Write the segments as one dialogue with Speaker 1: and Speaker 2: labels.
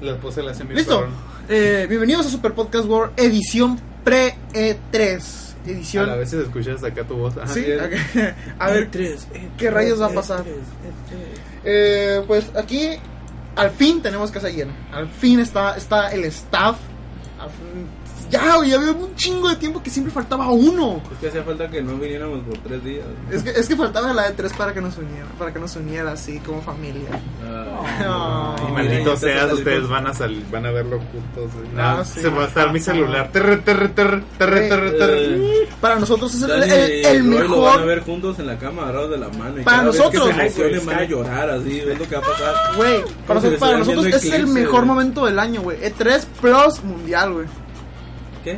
Speaker 1: Le puse la semi
Speaker 2: Listo.
Speaker 1: perrón.
Speaker 2: Eh, bienvenidos a Super Podcast World, edición pre-E3.
Speaker 1: A
Speaker 2: Edición.
Speaker 1: la vez si escuchas acá tu voz. Ajá,
Speaker 2: Sí,
Speaker 1: bien.
Speaker 2: ok. a ver,
Speaker 3: tres,
Speaker 2: ¿qué rayos va a pasar? Eh, pues aquí al fin tenemos casa llena. Al fin está, está el staff. Al fin- ya, güey, ya había un chingo de tiempo que siempre faltaba uno.
Speaker 4: Es que hacía falta que no viniéramos por tres días.
Speaker 2: Es que, es que faltaba la de tres para que nos uniera, para que nos uniera así como familia.
Speaker 1: Ay,
Speaker 2: No.
Speaker 1: maldito
Speaker 4: Mira, ya
Speaker 1: seas,
Speaker 4: te
Speaker 1: ustedes
Speaker 4: salió.
Speaker 1: van a salir, van a verlo juntos. güey.
Speaker 2: Ah,
Speaker 1: No,
Speaker 2: sí. Ah.
Speaker 1: se va a estar mi celular. Terre, terre, terre, terre, terre, terre.
Speaker 4: Eh,
Speaker 2: Para nosotros es el,
Speaker 4: Dani
Speaker 2: el-
Speaker 4: y
Speaker 2: el
Speaker 4: Roy Lo van a
Speaker 2: mejor.
Speaker 4: ver juntos en la cama, agarrados de la mano. Y
Speaker 2: Para
Speaker 4: cada vez
Speaker 2: nosotros,
Speaker 4: Que se emocionen,
Speaker 3: güey,
Speaker 4: van a llorar así. Es lo que va a pasar.
Speaker 2: Güey, para,
Speaker 4: Como si
Speaker 2: nosotros-
Speaker 4: le
Speaker 2: para
Speaker 4: estuvieran
Speaker 2: nosotros
Speaker 4: viendo
Speaker 2: es el
Speaker 4: eclipse,
Speaker 2: mejor
Speaker 4: güey.
Speaker 2: momento del año, güey. E3 Plus Mundial, güey.
Speaker 4: ¿Qué?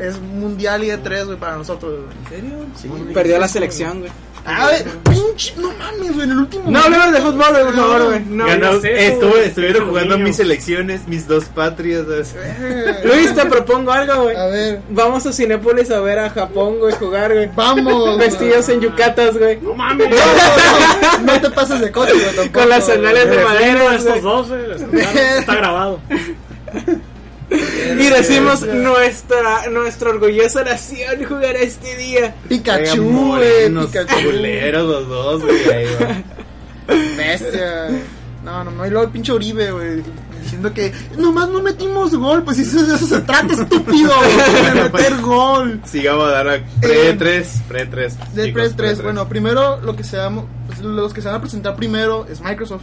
Speaker 4: ¿En
Speaker 2: Es Mundial y E3, güey, para nosotros, güey.
Speaker 4: serio? Sí.
Speaker 3: Perdió la selección, güey.
Speaker 2: A ver, pinche, no mames, güey, en el último.
Speaker 3: No hablemos de fútbol, güey, por favor, güey. No,
Speaker 1: Ganó-
Speaker 3: hablemos de eso,
Speaker 1: estuvo-
Speaker 3: güey.
Speaker 1: estuvieron
Speaker 3: Los
Speaker 1: jugando
Speaker 3: niños.
Speaker 1: mis elecciones, mis dos patrias. eh. ¿sabes?
Speaker 2: Eh,
Speaker 3: Luis, te propongo algo, güey.
Speaker 2: A ver.
Speaker 3: Vamos a Cinépolis a ver a Japón, güey, jugar, güey.
Speaker 2: Vamos.
Speaker 3: Vestidos en yucatas, güey.
Speaker 2: No, no, no, no te pases de coche, güey, tampoco.
Speaker 3: Con las sandalias de madera,
Speaker 5: estos
Speaker 3: güey.
Speaker 5: dos, eh, está grabado.
Speaker 3: Y decimos nuestra, nuestra orgullosa nación jugará este día.
Speaker 2: Pikachu,
Speaker 1: Oigan,
Speaker 2: güey.
Speaker 1: morenos,
Speaker 2: Pikachu.
Speaker 1: culeros los dos, güey. ahí va.
Speaker 2: Bestia. No, no, no. Y luego el pinche Uribe, güey. Diciendo que nomás no metimos gol. Pues eso, de eso se trata, estúpido. güey, De meter gol.
Speaker 1: Sigamos a dar a
Speaker 2: Eh,
Speaker 1: pre 3, pre 3.
Speaker 2: De 3-3. Bueno, primero lo que se va- pues, los que se van a presentar primero es Microsoft.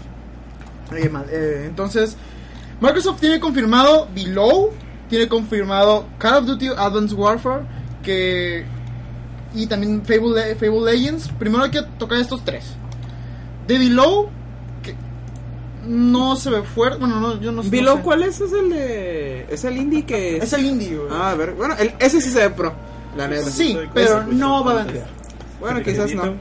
Speaker 2: Oye, mal, eh, entonces, Microsoft tiene confirmado Below, tiene confirmado Call of Duty Advanced Warfare, que y también Fable, Le- Fable Legends. Primero hay que tocar estos tres. De Below, que no se ve fuerte. Bueno, no, yo no, no
Speaker 3: Below,
Speaker 2: sé.
Speaker 3: ¿cuál es? Es el de. Es el indie que.
Speaker 2: Es el indie, güey.
Speaker 3: Ah, a ver. Bueno, el- ese sí se ve pro. La neta.
Speaker 2: sí,
Speaker 4: Pues,
Speaker 2: pero
Speaker 4: pues,
Speaker 2: no va a
Speaker 4: pues,
Speaker 2: vender.
Speaker 3: Bueno, quizás no.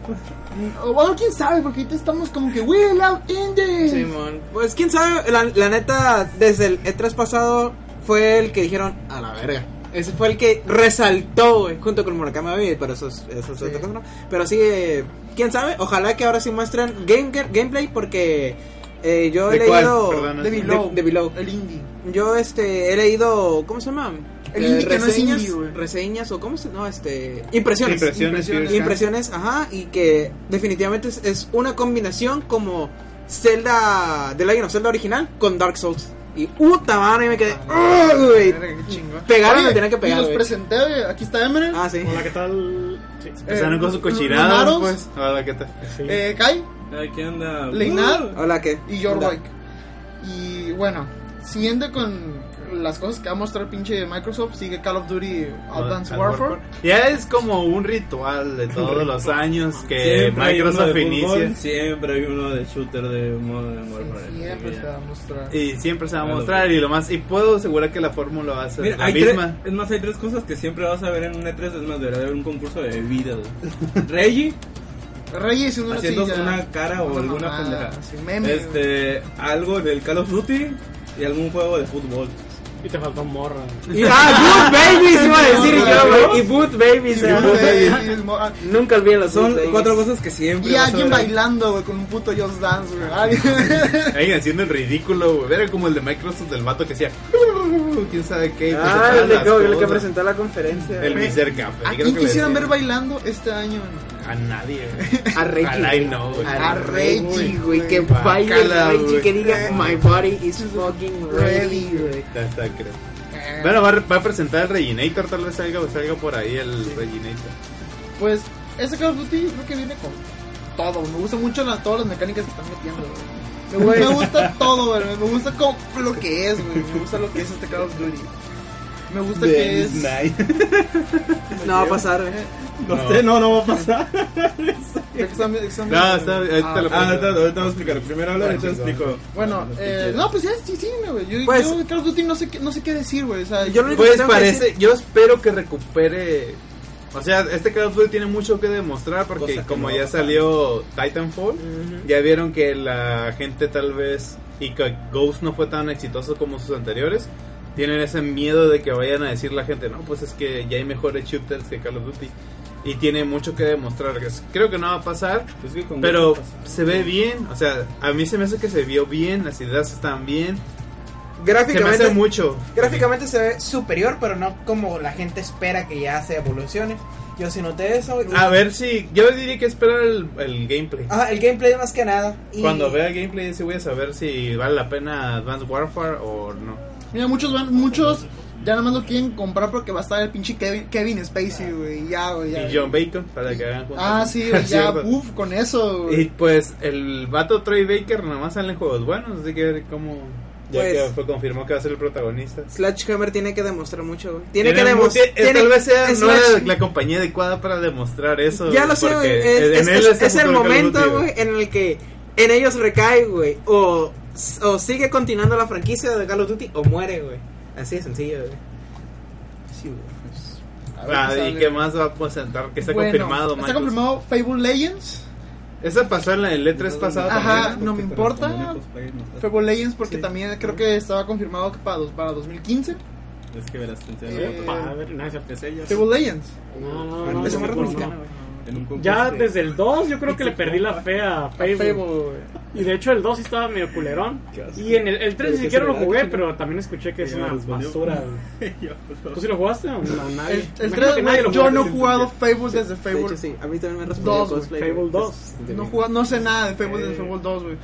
Speaker 2: O bueno, quién sabe, porque ahorita estamos como que We're out indie.
Speaker 3: Simón. Pues quién sabe, la, la neta, desde el E3 pasado fue el que dijeron a la verga. Ese fue el que resaltó, güey, junto con Murakami, Baby, pero eso es, eso es
Speaker 2: Sí.
Speaker 3: otra cosa, ¿no? Pero sí, eh, quién sabe, ojalá que ahora sí muestren game, ge- gameplay porque eh, yo he
Speaker 1: ¿De cuál?
Speaker 3: leído.
Speaker 1: Perdón,
Speaker 2: De
Speaker 1: sí.
Speaker 2: Below.
Speaker 3: De- de Below.
Speaker 2: El indie.
Speaker 3: Yo este he leído, ¿cómo se llama?
Speaker 2: El
Speaker 3: Eh,
Speaker 2: indie que no es
Speaker 3: reseñas,
Speaker 2: indie, güey.
Speaker 3: reseñas o cómo se no este impresiones.
Speaker 1: Impresiones,
Speaker 2: Impresiones.
Speaker 1: sí,
Speaker 3: Impresiones, ajá, y que definitivamente es, es una combinación como Zelda de la Zelda original con Dark Souls. Y puta madre me quedé. ¡ah, güey!
Speaker 2: Verga, qué chingón.
Speaker 3: Pegaron
Speaker 2: Oye,
Speaker 3: donde tenían que
Speaker 2: Y
Speaker 3: pegar.
Speaker 2: los
Speaker 3: güey.
Speaker 2: presenté, güey. aquí está Emery.
Speaker 3: Ah, sí.
Speaker 5: Hola, ¿qué tal? Sí.
Speaker 1: Empezaron
Speaker 2: Eh,
Speaker 1: con su
Speaker 2: los
Speaker 1: cochinada,
Speaker 2: raros.
Speaker 1: pues. Hola, ¿qué tal?
Speaker 5: Sí.
Speaker 2: eh, Kai,
Speaker 4: Ay, ¿Qué anda?
Speaker 2: Leinar
Speaker 3: Hola, ¿qué?
Speaker 2: y Jorvik.
Speaker 3: Hola.
Speaker 2: Y bueno, siguiendo con las cosas que va a mostrar pinche Microsoft, sigue Call of Duty Advanced
Speaker 1: Advanced
Speaker 2: Warfare.
Speaker 1: Ya es como un ritual de todos los años que
Speaker 4: Siempre hay uno de
Speaker 1: Microsoft
Speaker 4: fútbol,
Speaker 1: inicia.
Speaker 4: Siempre hay uno de shooter de Modern Warfare.
Speaker 2: Siempre se va a mostrar.
Speaker 1: Y siempre se va a
Speaker 4: Claro,
Speaker 1: mostrar
Speaker 4: güey.
Speaker 1: y lo más... Y puedo asegurar que la fórmula va a ser
Speaker 4: Mira,
Speaker 1: la
Speaker 4: hay
Speaker 1: misma.
Speaker 4: tres- es más, hay tres cosas que siempre vas a ver en un E3. Es más, debería haber un concurso de bebidas. güey. Reggie
Speaker 2: Reyes haciendo una
Speaker 4: haciendo
Speaker 2: silla.
Speaker 4: una cara o
Speaker 2: Una
Speaker 4: alguna
Speaker 2: mamada,
Speaker 4: pendeja.
Speaker 2: sí, meme,
Speaker 4: este, algo del Call of Duty y algún juego de fútbol.
Speaker 5: Y te faltó morra.
Speaker 3: Y- ah, Boot Babies iba a decir yo, güey. Y Boot
Speaker 2: Y
Speaker 3: Babies. eh.
Speaker 2: Reyes, mo- ah,
Speaker 3: Nunca olviden los
Speaker 4: Son
Speaker 3: Boot Babies.
Speaker 4: cuatro cosas que siempre.
Speaker 2: Y
Speaker 4: vas a
Speaker 2: alguien
Speaker 4: ver. Ah,
Speaker 2: bailando, güey, con un puto Just Dance, güey. Alguien-
Speaker 1: Alguien haciendo el ridículo, güey. Era como el de Microsoft del vato que hacía. "Uh, Quién sabe qué. y
Speaker 3: Ah,
Speaker 1: presentaba
Speaker 3: el de
Speaker 1: las
Speaker 3: Go, el que
Speaker 1: cosas.
Speaker 3: presentó la conferencia.
Speaker 1: El
Speaker 3: güey.
Speaker 1: Mr. Café.
Speaker 2: ¿A
Speaker 1: creo
Speaker 2: quién
Speaker 1: que le
Speaker 2: quisieran ver
Speaker 1: decía.
Speaker 2: bailando este año?
Speaker 1: A nadie, güey.
Speaker 3: A Reggie.
Speaker 1: Ojalá y no, güey.
Speaker 3: A Reggie, güey, que
Speaker 1: Guácala,
Speaker 3: baile el Reggie,
Speaker 1: güey.
Speaker 3: que diga My body is fucking ready, güey.
Speaker 1: Ya está, creo. Bueno, va, a- va a presentar el Reginator, tal vez salga, salga por ahí el Reginator.
Speaker 2: Pues ese Call of Duty creo que viene con todo. Me gusta mucho la- todas las mecánicas que están metiendo. güey. Me, me gusta todo, güey. Me gusta como- lo que es, güey. Me gusta lo que es este Call of Duty. Me gusta que es.
Speaker 3: No va a pasar, güey.
Speaker 5: No, sé, no, no va a pasar.
Speaker 2: Creo que están- están-
Speaker 1: No, está- ahorita
Speaker 2: Ah,
Speaker 1: lo-
Speaker 4: Ah, ahorita, ahorita vamos a explicar. Primero habla, ahorita
Speaker 1: Chingón.
Speaker 4: explico.
Speaker 2: Bueno, eh, no, pues ya, sí, sí, güey. Yo,
Speaker 3: Pues-
Speaker 2: yo de Call of Duty no sé qué, no sé qué decir, güey. O sea,
Speaker 3: Yo lo único que
Speaker 1: Pues
Speaker 3: tengo que
Speaker 1: parece,
Speaker 3: decir-
Speaker 1: yo espero que recupere. O sea, este Call of Duty tiene mucho que demostrar porque
Speaker 4: Cosa que
Speaker 1: como
Speaker 4: no
Speaker 1: ya
Speaker 4: va a
Speaker 1: salió Titanfall, ya vieron que la gente tal vez y que Ghost no fue tan exitoso como sus anteriores. Tienen ese miedo de que vayan a decir la gente, no, pues es que ya hay mejores shooters que Call of Duty. Y tiene mucho que demostrar. Creo que no va a pasar.
Speaker 4: Es que con-
Speaker 1: Pero se ve bien, o sea, a mí se me hace que se vio bien, las ideas están bien. Se me hace
Speaker 3: Gráficamente,
Speaker 1: mucho.
Speaker 6: Gráficamente se ve superior, pero no como la gente espera que ya se evolucione. Yo sí noté eso.
Speaker 1: A ver si. Yo diría que esperar el, el gameplay.
Speaker 2: Ah,
Speaker 6: Ajá, el gameplay más que nada. Y
Speaker 1: Cuando vea el gameplay, sí voy a saber si vale la pena Advanced Warfare o no.
Speaker 2: Mira, muchos van, muchos ya nada más lo quieren comprar porque va a estar el pinche Kevin, Kevin Spacey, güey. Ya, güey. ya.
Speaker 1: Y John Bacon, para que hagan juntos.
Speaker 2: Ah, sí, güey, ya,
Speaker 1: ¿verdad?
Speaker 2: uff, con eso,
Speaker 1: Y
Speaker 2: güey.
Speaker 1: pues el vato Troy Baker nomás sale en juegos buenos, así que a ver cómo. Ya
Speaker 3: Pues-
Speaker 1: que fue, confirmó que va a ser el protagonista.
Speaker 3: Sledgehammer tiene que demostrar mucho, güey. Tiene, que
Speaker 1: mu-
Speaker 3: demostrar.
Speaker 1: tie- eh, Tal vez sea no
Speaker 3: Slash-
Speaker 1: era la compañía adecuada para demostrar eso.
Speaker 3: Ya lo sé,
Speaker 1: porque
Speaker 3: güey. Es,
Speaker 1: en
Speaker 3: es-
Speaker 1: él
Speaker 3: es-
Speaker 1: está
Speaker 3: es el
Speaker 1: futuro Call of
Speaker 3: momento,
Speaker 1: Duty,
Speaker 3: güey, en el que en ellos recae, güey. O, o sigue continuando la franquicia de Call of Duty o muere, güey. Así de sencillo, güey.
Speaker 2: Sí, güey, pues, a ver
Speaker 1: Ah,
Speaker 2: qué
Speaker 1: ¿Y
Speaker 2: sale.
Speaker 1: qué más va a presentar? Que está
Speaker 2: Bueno,
Speaker 1: confirmado,
Speaker 2: Está
Speaker 1: Michael.
Speaker 2: confirmado Fable Legends.
Speaker 1: Esa pasó en la del E3 pasado
Speaker 2: Ajá,
Speaker 1: también.
Speaker 2: no me importa. Fable Legends porque también creo que estaba confirmado que para, dos- para 2015.
Speaker 4: Es que verás, te enseño.
Speaker 2: Eh,
Speaker 5: Para ver, nada, se-
Speaker 4: Es ella.
Speaker 2: Fable Legends.
Speaker 5: No, no, no.
Speaker 3: Esa
Speaker 5: no,
Speaker 3: marca
Speaker 5: no, no.
Speaker 3: mexicana, güey.
Speaker 4: En un concurso
Speaker 5: Ya
Speaker 4: de-
Speaker 5: desde el 2 yo creo que le perdí la fe a
Speaker 2: Fable,
Speaker 5: Facebook.
Speaker 2: güey.
Speaker 5: Y de hecho el 2 sí estaba medio culerón.
Speaker 4: Qué asco.
Speaker 5: Y en el, el 3
Speaker 4: Pero
Speaker 5: ni
Speaker 4: qué
Speaker 5: siquiera lo
Speaker 4: soledad,
Speaker 5: jugué,
Speaker 4: ¿no?
Speaker 5: pero también escuché que es
Speaker 4: Ya,
Speaker 5: una
Speaker 4: los valió.
Speaker 5: basura. güey.
Speaker 4: Yo,
Speaker 5: ¿Tú sí lo jugaste o no? Nadie.
Speaker 2: El, el
Speaker 5: Imagino
Speaker 2: 3,
Speaker 5: que nadie lo
Speaker 2: güey, yo
Speaker 5: jugó.
Speaker 2: no he jugado Fable desde
Speaker 3: De hecho,
Speaker 2: Fable.
Speaker 3: sí. A mí también me respondió
Speaker 2: Dos, güey.
Speaker 3: cosplay. güey. Pues,
Speaker 5: Fable 2.
Speaker 2: No, jugué- no sé nada de Fable desde
Speaker 5: Eh.
Speaker 2: Fable 2, güey.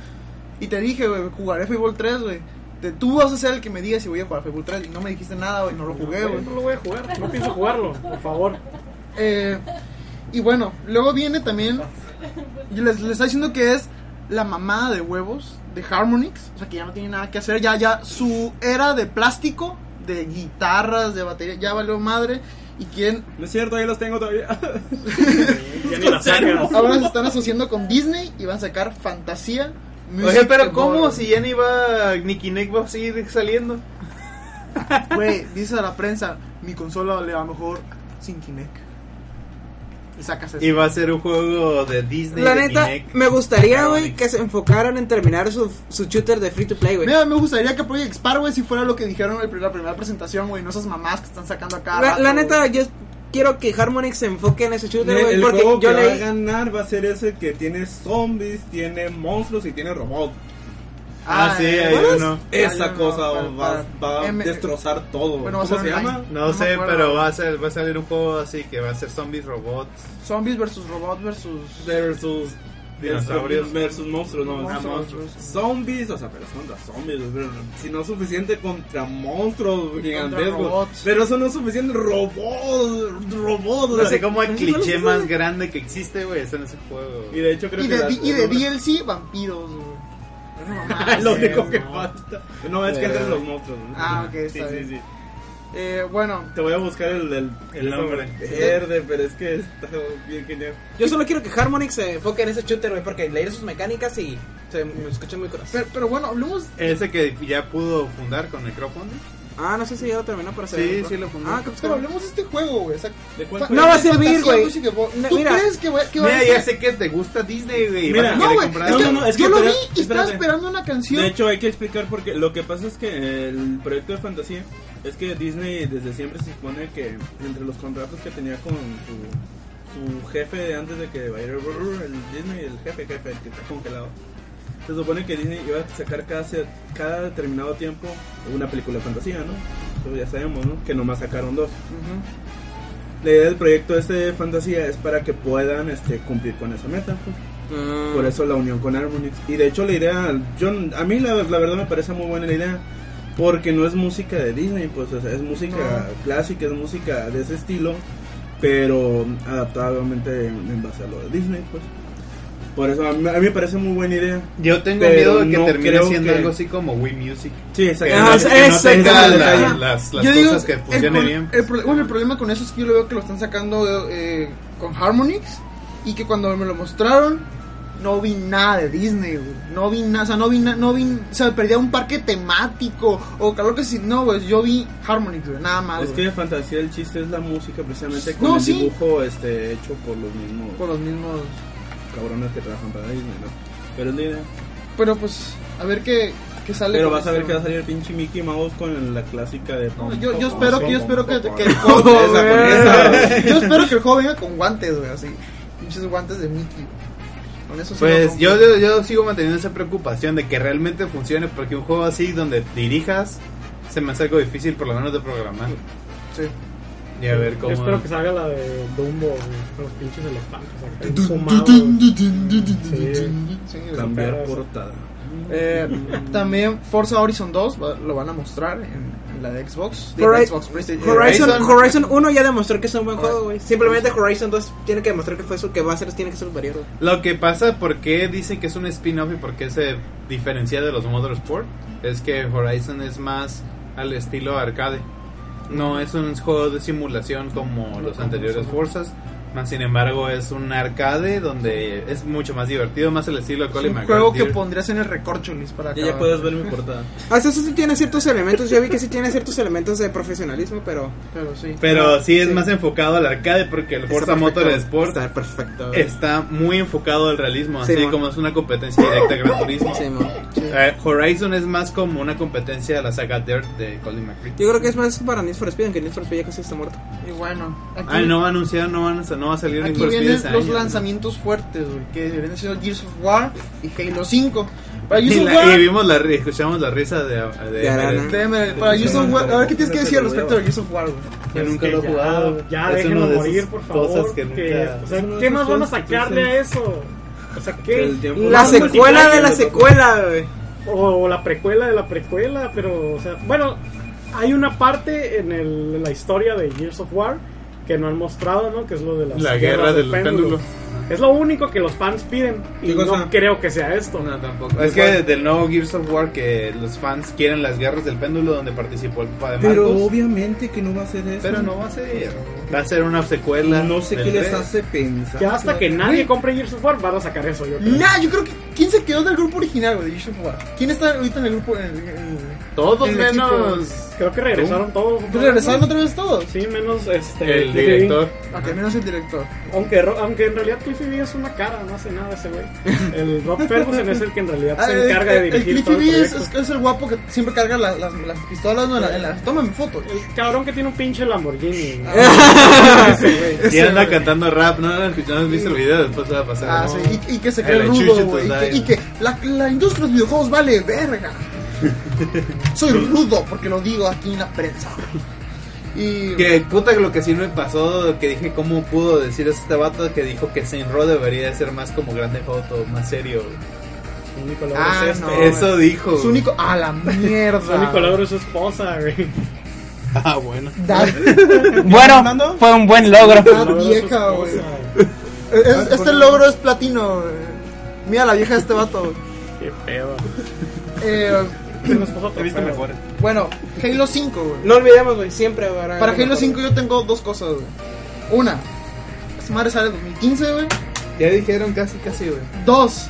Speaker 2: Y te dije, güey, jugaré Fable 3, güey. Te- Tú vas a ser el que me diga si voy a jugar Fable 3. Y no me dijiste nada, güey, no lo jugué, güey.
Speaker 5: No lo voy a jugar. No pienso jugarlo, por favor.
Speaker 2: Eh, y bueno, luego viene también. y les, les está diciendo que es la mamada de huevos de Harmonix. O sea que ya no tiene nada que hacer. Ya, ya su era de plástico, de guitarras, de batería, ya valió madre. Y quieren.
Speaker 4: No es cierto, ahí los tengo todavía.
Speaker 5: Ya ni la sacas.
Speaker 2: Ahora se están asociando con Disney y van a sacar Fantasía.
Speaker 1: Oye,
Speaker 2: Music
Speaker 1: pero
Speaker 2: and
Speaker 1: ¿cómo?
Speaker 2: More.
Speaker 1: Si ya ni va. Nicky Nick va a seguir saliendo.
Speaker 2: Güey, dices a la prensa: Mi consola le va mejor sin Kinect. Y sacas eso.
Speaker 1: Y va a ser un juego de Disney.
Speaker 3: La
Speaker 1: de
Speaker 3: neta,
Speaker 1: Kinect.
Speaker 3: me gustaría, güey,
Speaker 1: Onyx.
Speaker 3: que se enfocaran en terminar su, su shooter de free to play, güey.
Speaker 2: Mira, me gustaría que Project Spar, güey, si fuera lo que dijeron en la primera presentación, güey, no esas mamás que están sacando acá.
Speaker 3: La,
Speaker 2: rato,
Speaker 3: la neta,
Speaker 2: güey.
Speaker 3: yo quiero que Harmonix se enfoque en ese shooter, güey.
Speaker 4: el
Speaker 3: Porque
Speaker 4: juego
Speaker 3: yo
Speaker 4: que va a
Speaker 3: leí.
Speaker 4: ganar va a ser ese que tiene zombies, tiene monstruos y tiene robots.
Speaker 1: Ah, sí,
Speaker 2: eh,
Speaker 1: hay
Speaker 2: ¿what?
Speaker 1: uno.
Speaker 4: Esa
Speaker 2: Ah, yo no,
Speaker 4: cosa
Speaker 2: para-
Speaker 4: va,
Speaker 2: para-
Speaker 4: va a
Speaker 2: M-
Speaker 4: destrozar todo.
Speaker 2: Bueno, va a
Speaker 4: ¿Cómo
Speaker 2: ser
Speaker 4: se
Speaker 2: online.
Speaker 4: llama?
Speaker 2: No
Speaker 1: No
Speaker 2: me
Speaker 1: sé,
Speaker 2: acuerdo.
Speaker 1: pero va a, ser, va a salir un juego así que va a ser zombies, robots,
Speaker 2: Zombies versus robot versus.
Speaker 4: Versus
Speaker 1: Dinosaurios.
Speaker 4: versus monstruos, no,
Speaker 2: Monstruos.
Speaker 4: ah, monstruos. Zombies, o sea, pero son los zombies, pero si no es suficiente contra monstruos gigantescos.
Speaker 2: robots.
Speaker 4: Pero eso no es suficiente, robots, robots. o
Speaker 1: No
Speaker 4: sea,
Speaker 1: sé cómo el cliché más grande que existe, güey, está en ese juego.
Speaker 4: Y de hecho creo
Speaker 2: Y
Speaker 4: que
Speaker 2: de,
Speaker 4: la-
Speaker 2: y de
Speaker 4: el-
Speaker 2: DLC, vampiros, güey. Una mamada,
Speaker 4: Es lo
Speaker 2: güey.
Speaker 4: único que
Speaker 5: no.
Speaker 4: falta. No, es que entran los monstruos. ¿no?
Speaker 2: Ah, ok,
Speaker 4: sí,
Speaker 2: está
Speaker 4: sí,
Speaker 2: bien.
Speaker 4: sí.
Speaker 2: Eh, bueno,
Speaker 4: Te voy a buscar el, el,
Speaker 1: El nombre.
Speaker 4: Verde, pero es que está bien genial.
Speaker 3: Yo solo quiero que Harmonix se enfoque en ese shooter, güey, porque leí sus mecánicas y se me escucha muy corazón.
Speaker 2: pero, pero bueno, hablemos.
Speaker 1: Ese que ya pudo fundar con Necrofunding.
Speaker 3: Ah, no sé si ya lo terminó para
Speaker 1: Sí, sí lo fundó.
Speaker 3: Ah, que pues,
Speaker 2: Pero hablemos de este juego, güey. o sea,
Speaker 4: ¿De
Speaker 2: fa-
Speaker 4: cuánto
Speaker 3: No va a servir,
Speaker 2: Fantasía
Speaker 3: güey.
Speaker 2: Music and More.
Speaker 3: No,
Speaker 2: ¿Tú
Speaker 3: mira.
Speaker 2: crees que, va- que va
Speaker 1: Mira,
Speaker 2: a
Speaker 1: ya
Speaker 2: ser?
Speaker 1: sé que te gusta Disney, güey. vas
Speaker 4: Mira,
Speaker 1: a
Speaker 2: No,
Speaker 1: querer
Speaker 2: güey.
Speaker 1: comprar.
Speaker 2: es que
Speaker 4: No, no, no, es que
Speaker 2: yo lo vi
Speaker 4: espera-
Speaker 2: y estaba
Speaker 4: espérate.
Speaker 2: esperando una canción.
Speaker 4: De hecho, hay que explicar porque lo que pasa es que el proyecto de fantasía es que Disney desde siempre se supone que entre los contratos que tenía con su, su jefe de antes de que vaya el Disney, el jefe, jefe, el que está congelado. Se supone que Disney iba a sacar cada, cier- cada determinado tiempo una película de fantasía, ¿no? Eso ya sabemos, ¿no? Que nomás sacaron dos. La idea del proyecto este de fantasía es para que puedan este, cumplir con esa meta. pues. Por eso la unión con Harmonix. Y de hecho la idea, yo, a mí la, la verdad me parece muy buena la idea. Porque no es música de Disney, pues o sea, es música
Speaker 2: No.
Speaker 4: clásica, es música de ese estilo, pero adaptada obviamente en, en base a lo de Disney, pues. Por eso a mí, a mí me parece muy buena idea.
Speaker 1: Yo tengo
Speaker 4: Pero
Speaker 1: miedo de que
Speaker 4: no
Speaker 1: termine
Speaker 4: creo
Speaker 1: siendo
Speaker 4: que-
Speaker 1: algo así como Wii Music.
Speaker 4: Sí,
Speaker 1: Que
Speaker 3: Ah,
Speaker 1: no,
Speaker 3: es-
Speaker 1: que no
Speaker 3: ese
Speaker 1: tenga
Speaker 3: cara,
Speaker 1: la-
Speaker 2: ajá.
Speaker 1: las, las
Speaker 2: Yo digo,
Speaker 1: cosas que
Speaker 2: el
Speaker 1: funcionen
Speaker 2: pro-
Speaker 1: bien.
Speaker 4: pues.
Speaker 2: el pro- bueno, el problema con eso es que yo lo veo que lo están sacando eh, con Harmonix y que cuando me lo mostraron no vi nada de Disney, güey. No vi nada, o sea, no vi nada, no vi, o sea, perdía un parque temático o claro que sí, no, güey, yo vi Harmonix, güey, nada más.
Speaker 4: Es
Speaker 2: güey,
Speaker 4: que fantasía el chiste es la música precisamente con
Speaker 2: No,
Speaker 4: el
Speaker 2: sí.
Speaker 4: dibujo este hecho por los mismos
Speaker 2: por los mismos.
Speaker 4: cabrones que trabajan para Disney, ¿no? Pero es la idea.
Speaker 2: Pero pues a ver qué, qué sale.
Speaker 4: Pero
Speaker 2: con
Speaker 4: vas a
Speaker 2: esto,
Speaker 4: ver que va a
Speaker 2: güey.
Speaker 4: salir el pinche Mickey Mouse con la clásica de
Speaker 2: No, yo, yo espero que yo espero que, que el
Speaker 4: Con
Speaker 2: juego,
Speaker 4: esa, con esa.
Speaker 2: yo espero que el juego venga con guantes, güey, así. Pinches guantes de Mickey. güey. Con eso sí lo
Speaker 1: Pues
Speaker 2: compro.
Speaker 1: yo, yo, yo sigo manteniendo esa preocupación de que realmente funcione, porque un juego así donde dirijas, se me hace algo difícil, por lo menos de programar.
Speaker 2: Sí.
Speaker 1: Y a ver
Speaker 5: Yo
Speaker 1: cómo.
Speaker 5: espero que salga la de Dumbo, güey, con los pinches elefantes. acá,
Speaker 2: Dun,
Speaker 5: fumados.
Speaker 2: dun, dun, dun, dun, dun, dun,
Speaker 5: Sí.
Speaker 2: dun, dun. Sí, güey.
Speaker 4: Cambiar portada.
Speaker 2: Eh, también Forza Horizon 2 va- lo van a mostrar en, en la de Xbox. Digo,
Speaker 3: Hori-
Speaker 2: Xbox PlayStation.
Speaker 3: Horizon,
Speaker 2: Eh,
Speaker 3: Horizon 1 ya demostró que es un buen juego, güey. Simplemente Horizon 2 tiene que demostrar que fue su, que va a ser, tiene que ser superior, güey.
Speaker 1: Lo que pasa, por qué dicen que es un spin-off y por qué se diferencia de los Motorsport, es que Horizon es más al estilo arcade. No es un juego de simulación como los anteriores Forzas, más sin embargo es un arcade donde es mucho más divertido, más el estilo de
Speaker 2: Es
Speaker 1: Colin
Speaker 2: un juego que
Speaker 1: McGrath.
Speaker 2: pondrías en el recorcholis para
Speaker 4: Ya, ya
Speaker 2: acabar.
Speaker 4: puedes ver mi portada.
Speaker 3: Ah, eso sí tiene ciertos elementos. Yo vi que sí tiene ciertos elementos de profesionalismo, pero.
Speaker 2: Pero sí.
Speaker 1: Pero sí es
Speaker 3: Sí.
Speaker 1: más enfocado al arcade porque el Forza Motorsport
Speaker 3: Está perfecto. güey.
Speaker 1: está muy enfocado al realismo,
Speaker 3: Sí,
Speaker 1: así
Speaker 3: mon.
Speaker 1: como es una competencia directa a Gran Turismo.
Speaker 3: Sí, mo.
Speaker 1: Eh, Horizon es más como una competencia de la saga Dirt de Colin McRae.
Speaker 3: Yo creo que es más para Need for Speed, aunque Need for Speed ya casi está muerto.
Speaker 2: Y bueno, aquí,
Speaker 1: Ah, no va a anunciar, no, van a- no va a salir
Speaker 2: aquí
Speaker 1: Need for Speed
Speaker 2: vienen
Speaker 1: este
Speaker 2: los
Speaker 1: año.
Speaker 2: lanzamientos fuertes, güey, que vienen siendo Gears of War y Halo 5. Para
Speaker 1: Y,
Speaker 2: Gears of
Speaker 1: la-
Speaker 2: War,
Speaker 1: y vimos la, ri- escuchamos la risa de, de,
Speaker 3: De Arana.
Speaker 1: Meredith.
Speaker 2: déjame, para Gears of War, a ver qué tienes que decir al respecto de Gears of War, güey.
Speaker 1: Yo
Speaker 5: Es
Speaker 1: nunca
Speaker 5: que
Speaker 1: lo he
Speaker 5: ya-
Speaker 1: jugado.
Speaker 5: Ya,
Speaker 1: Es
Speaker 5: déjenlo
Speaker 1: uno de
Speaker 5: morir,
Speaker 1: esas
Speaker 5: por favor.
Speaker 1: cosas que
Speaker 5: porque,
Speaker 1: nunca-
Speaker 5: o sea,
Speaker 4: Es una de
Speaker 5: ¿Qué
Speaker 4: esas
Speaker 5: más van a
Speaker 4: cosas que
Speaker 5: sacarle
Speaker 4: sí.
Speaker 5: a eso? O sea,
Speaker 4: Que
Speaker 5: ¿qué?
Speaker 4: el tiempo-
Speaker 5: Un
Speaker 3: La
Speaker 4: no,
Speaker 3: secuela
Speaker 4: multiplayer,
Speaker 3: de la
Speaker 4: loco.
Speaker 3: secuela, güey.
Speaker 5: O, o la precuela de la precuela, pero, o sea, bueno, hay una parte en, el- en la historia de Gears of War que no han mostrado, ¿no? Que es lo de las
Speaker 1: La guerra
Speaker 5: guerras
Speaker 1: del péndulo.
Speaker 5: Es lo único que los fans piden y
Speaker 4: ¿Qué
Speaker 5: no
Speaker 4: cosa?
Speaker 5: creo que sea esto.
Speaker 1: Es que del nuevo Gears of War que los fans quieren las guerras del péndulo donde participó el papá de
Speaker 4: Pero
Speaker 1: Marcos.
Speaker 4: obviamente que no va a ser eso.
Speaker 1: Pero no va a ser. Va a ser una secuela.
Speaker 4: No sé
Speaker 1: del
Speaker 4: qué les
Speaker 1: tres.
Speaker 4: hace pensar.
Speaker 5: Ya hasta que nadie compre Gears of War van a sacar eso, yo creo.
Speaker 2: Nah, yo creo que. ¿Quién se quedó del grupo original, güey, de Gears of War? ¿Quién está ahorita en el grupo? En, en-
Speaker 1: Todos
Speaker 2: El
Speaker 1: menos
Speaker 5: Creo que regresaron todos.
Speaker 2: ¿Pues regresaron otra vez todos?
Speaker 5: Sí, menos este...
Speaker 1: el
Speaker 5: Cliffy B.
Speaker 1: director.
Speaker 2: Ok, menos el director.
Speaker 5: Aunque, ro- aunque en realidad Cliffy B es una cara, no hace nada ese güey. El Rob Ferguson es el que en realidad
Speaker 2: Ah,
Speaker 5: se encarga de
Speaker 2: el, el
Speaker 5: dirigir
Speaker 2: Cliffy
Speaker 5: todo el
Speaker 2: B es,
Speaker 5: proyecto.
Speaker 2: es- es el guapo que siempre carga las, las, las pistolas ¿no? en la, en la- Tómame foto.
Speaker 5: El cabrón que tiene un pinche Lamborghini. güey.
Speaker 2: Ah.
Speaker 1: Y anda cantando rap, ¿no? ¿No has visto el video? Después se va a pasar.
Speaker 2: Ah,
Speaker 1: No.
Speaker 2: sí, y, y que se
Speaker 1: El
Speaker 2: cree rudo,
Speaker 1: chuchu
Speaker 2: güey. Y que,
Speaker 1: total.
Speaker 2: y que la, la industria de los videojuegos vale verga. Soy rudo porque lo digo aquí en la prensa. Y.
Speaker 1: Que puta lo que sí me pasó, que dije cómo pudo decir eso este vato que dijo que Saint Row debería de ser más como grande foto, más serio.
Speaker 5: Su único logro
Speaker 2: Ah,
Speaker 5: es este.
Speaker 2: no.
Speaker 1: eso dijo.
Speaker 2: Su único. ¡A la
Speaker 5: Su único
Speaker 2: mierda!
Speaker 5: logro es su esposa, güey.
Speaker 1: Ah, bueno.
Speaker 2: Dad,
Speaker 6: Bueno, fue un buen logro.
Speaker 5: Su logro es su
Speaker 2: vieja, güey.
Speaker 5: esposa, güey.
Speaker 2: es- es- este logro es platino. güey. Mira la vieja de este vato. güey.
Speaker 5: Qué pedo.
Speaker 2: Eh,
Speaker 5: Tiene una esposa trofeo.
Speaker 2: bueno, Halo 5, güey.
Speaker 3: No olvidemos, güey, siempre habrá.
Speaker 2: Para
Speaker 3: algo
Speaker 2: Halo
Speaker 3: mejor,
Speaker 2: 5
Speaker 3: güey.
Speaker 2: yo tengo dos cosas, güey. Una, esa madre sale en 2015, güey.
Speaker 1: Ya dijeron casi, casi, güey.
Speaker 2: Dos,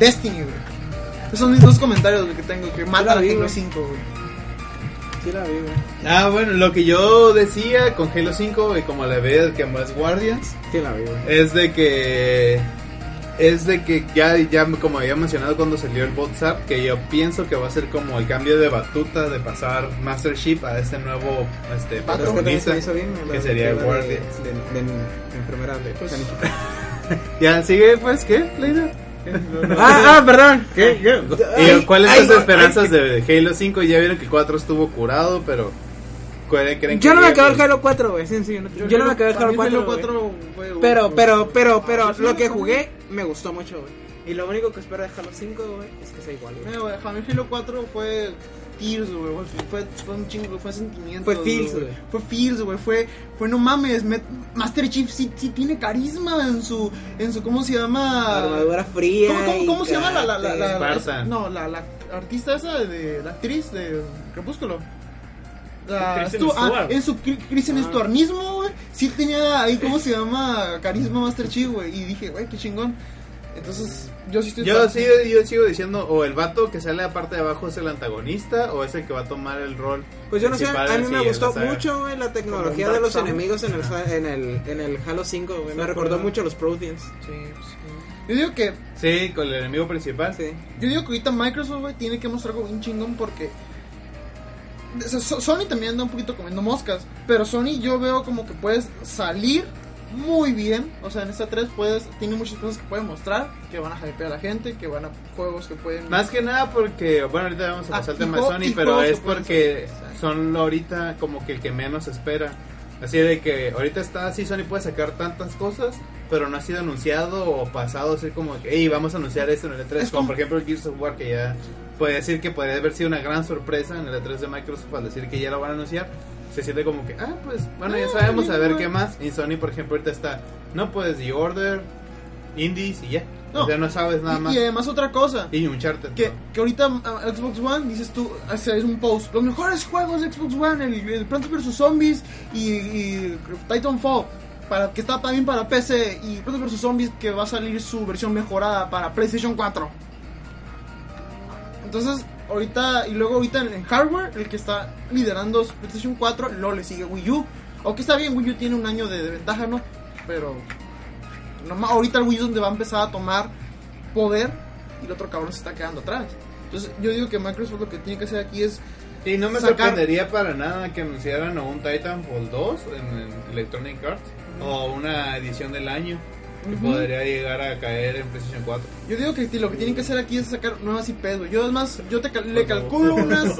Speaker 2: Destiny, güey. Esos son mis dos comentarios güey, que tengo que matan a
Speaker 3: vi,
Speaker 2: Halo
Speaker 3: güey.
Speaker 2: 5, güey.
Speaker 3: Sí, la vi, güey.
Speaker 1: Ah, bueno, lo que yo decía con Halo 5 y como la ve que más Guardians
Speaker 3: Sí, la vi, güey.
Speaker 1: es de que es de que ya ya como había mencionado cuando salió el WhatsApp que yo pienso que va a ser como el cambio de batuta de pasar Master Chief a este nuevo este
Speaker 2: Patrón.
Speaker 1: protagonista. que sería el guardia.
Speaker 3: De, de, de enfermera de
Speaker 4: Pues,
Speaker 3: Sanitarios.
Speaker 1: Ya sigue pues qué, Leida?
Speaker 3: Ah, ah, perdón.
Speaker 4: ¿Qué? ¿Qué?
Speaker 1: ¿Y
Speaker 3: Ay,
Speaker 1: cuáles
Speaker 3: ay,
Speaker 1: son sus esperanzas
Speaker 3: ay,
Speaker 1: de Halo 5? Ya vieron que 4 estuvo curado, pero. ¿cuál- creen que
Speaker 3: Yo no me
Speaker 1: llegue?
Speaker 3: acabé el Halo 4, güey. Sí, sí, yo no- yo no me acabé el Halo 4. güey.
Speaker 2: güey.
Speaker 3: Pero, pero, pero, pero, lo que jugué me gustó mucho, güey. Y lo único que espero de Halo 5, güey, es que sea igual, güey.
Speaker 2: Eh, güey, para mí Halo 4 fue Tears, güey. güey, Fue, fue un chingo, fue sentimiento.
Speaker 3: Fue feels, güey.
Speaker 2: Fue feels, güey. Fue, fue no mames. me- Master Chief sí, sí tiene carisma en su, en su, ¿cómo se llama?
Speaker 3: Armadura fría.
Speaker 2: Ah. ¿Cómo, cómo, cómo
Speaker 3: y
Speaker 2: se llama la, la, la, la- la-
Speaker 1: Spartan.
Speaker 2: No, la, la artista esa de la actriz de Crepúsculo. La,
Speaker 5: Kristen
Speaker 2: estuvo- ah,
Speaker 5: Stewart.
Speaker 2: en su cri- Kristen
Speaker 5: Ah.
Speaker 2: Stewartismo, güey. Sí tenía ahí, ¿cómo se llama? Carisma Master Chief, güey. Y dije, güey, qué chingón. Entonces, yo sí estoy.
Speaker 1: Yo, sí, yo sigo diciendo: o el vato que sale a parte de abajo es el antagonista, o es el que va a tomar el rol.
Speaker 3: Pues yo no sé,
Speaker 1: principal
Speaker 3: a mí
Speaker 1: así
Speaker 3: me
Speaker 1: en la
Speaker 3: gustó
Speaker 1: saga.
Speaker 3: mucho, güey, la tecnología
Speaker 2: Como un
Speaker 3: de los
Speaker 2: Dark Souls.
Speaker 3: enemigos en el, en el, en el Halo 5, güey. Me recordó mucho a los Proteans.
Speaker 2: Sí, pues, sí. Yo digo que
Speaker 1: Sí, con el enemigo principal.
Speaker 3: Sí.
Speaker 2: Yo digo que ahorita Microsoft, güey, tiene que mostrar algo bien chingón porque. o sea, So- Sony también anda un poquito comiendo moscas, pero Sony yo veo como que puedes salir muy bien. O sea, en esta 3 puedes, tiene muchas cosas que pueden mostrar, que van a hypear a la gente, que van a juegos que pueden...
Speaker 1: Más que nada porque, bueno, ahorita vamos a
Speaker 2: Ah,
Speaker 1: pasar al
Speaker 2: y
Speaker 1: tema de
Speaker 2: jue-
Speaker 1: Sony,
Speaker 2: y
Speaker 1: pero
Speaker 2: juegos
Speaker 1: es
Speaker 2: que pueden
Speaker 1: porque
Speaker 2: salir, exacto.
Speaker 1: son ahorita como que el que menos espera. Así de que ahorita está así, Sony puede sacar tantas cosas, pero no ha sido anunciado o pasado, así como que, hey, vamos a anunciar esto en el E3,
Speaker 2: Es
Speaker 1: como
Speaker 2: como-
Speaker 1: por ejemplo el Gears of War, que ya puede decir que podría haber sido una gran sorpresa en el E3 de Microsoft al decir que ya lo van a anunciar. Se siente como que, ah, pues, bueno, ya
Speaker 2: Ah,
Speaker 1: sabemos a ver
Speaker 2: bien, bueno.
Speaker 1: qué más. Y Sony, por ejemplo, ahorita está, no puedes The Order, Indies y ya.
Speaker 2: No.
Speaker 1: O sea, no sabes nada
Speaker 2: y,
Speaker 1: más.
Speaker 2: y además otra cosa,
Speaker 1: Y Uncharted.
Speaker 2: que,
Speaker 1: ¿no?
Speaker 2: que ahorita ah, Xbox One, dices tú, haces un post, los mejores juegos de Xbox One, el, el Plants vs. Zombies y, y Titanfall, para, que está también para PC, y Plants vs. Zombies que va a salir su versión mejorada para PlayStation 4. Entonces, ahorita, y luego ahorita en, en hardware, el que está liderando es PlayStation 4, luego le sigue Wii U. Aunque está bien, Wii U tiene un año de, de ventaja, ¿no? Pero nomás ahorita el Wii U es donde va a empezar a tomar poder y el otro cabrón se está quedando atrás. Entonces, yo digo que Microsoft lo que tiene que hacer aquí es
Speaker 1: Y no me
Speaker 2: sacar-
Speaker 1: sorprendería para nada que anunciaran o un Titanfall 2 en, en Electronic Arts o una edición del año que
Speaker 2: Ujú.
Speaker 1: podría llegar a caer en PlayStation 4.
Speaker 2: Yo digo que lo que tienen que hacer aquí es sacar nuevas IPs, güey. Yo además, yo te cal- le
Speaker 1: Por
Speaker 2: calculo unas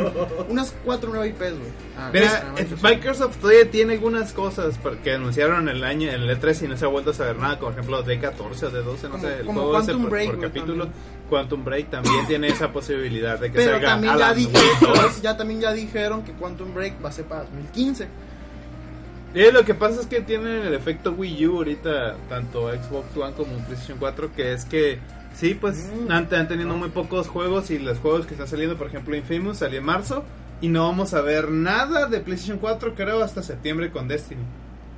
Speaker 2: unas cuatro nuevas IPs, güey. Ah,
Speaker 1: Pero
Speaker 2: ah,
Speaker 1: es- es- Microsoft todavía tiene algunas cosas porque anunciaron el año el E3 y no se ha vuelto a saber nada, por ejemplo de 14 o de 12, no
Speaker 2: Como-
Speaker 1: sé, el
Speaker 2: como
Speaker 1: juego ese
Speaker 2: Quantum
Speaker 1: por,
Speaker 2: Break,
Speaker 1: por
Speaker 2: güey,
Speaker 1: capítulo.
Speaker 2: también.
Speaker 1: Quantum Break también tiene esa posibilidad de que
Speaker 2: Pero
Speaker 1: salga
Speaker 2: también ya,
Speaker 1: Alan
Speaker 2: dije,
Speaker 1: Wake dos.
Speaker 2: ya también ya dijeron que Quantum Break va a ser para 2015.
Speaker 1: Eh, lo que pasa es que tienen el efecto Wii U ahorita, tanto Xbox One como PlayStation 4, que es que sí, pues
Speaker 2: Mm.
Speaker 1: han, han tenido muy pocos juegos y los juegos que están saliendo, por ejemplo Infamous salió en marzo y no vamos a ver nada de PlayStation 4 creo hasta septiembre con Destiny.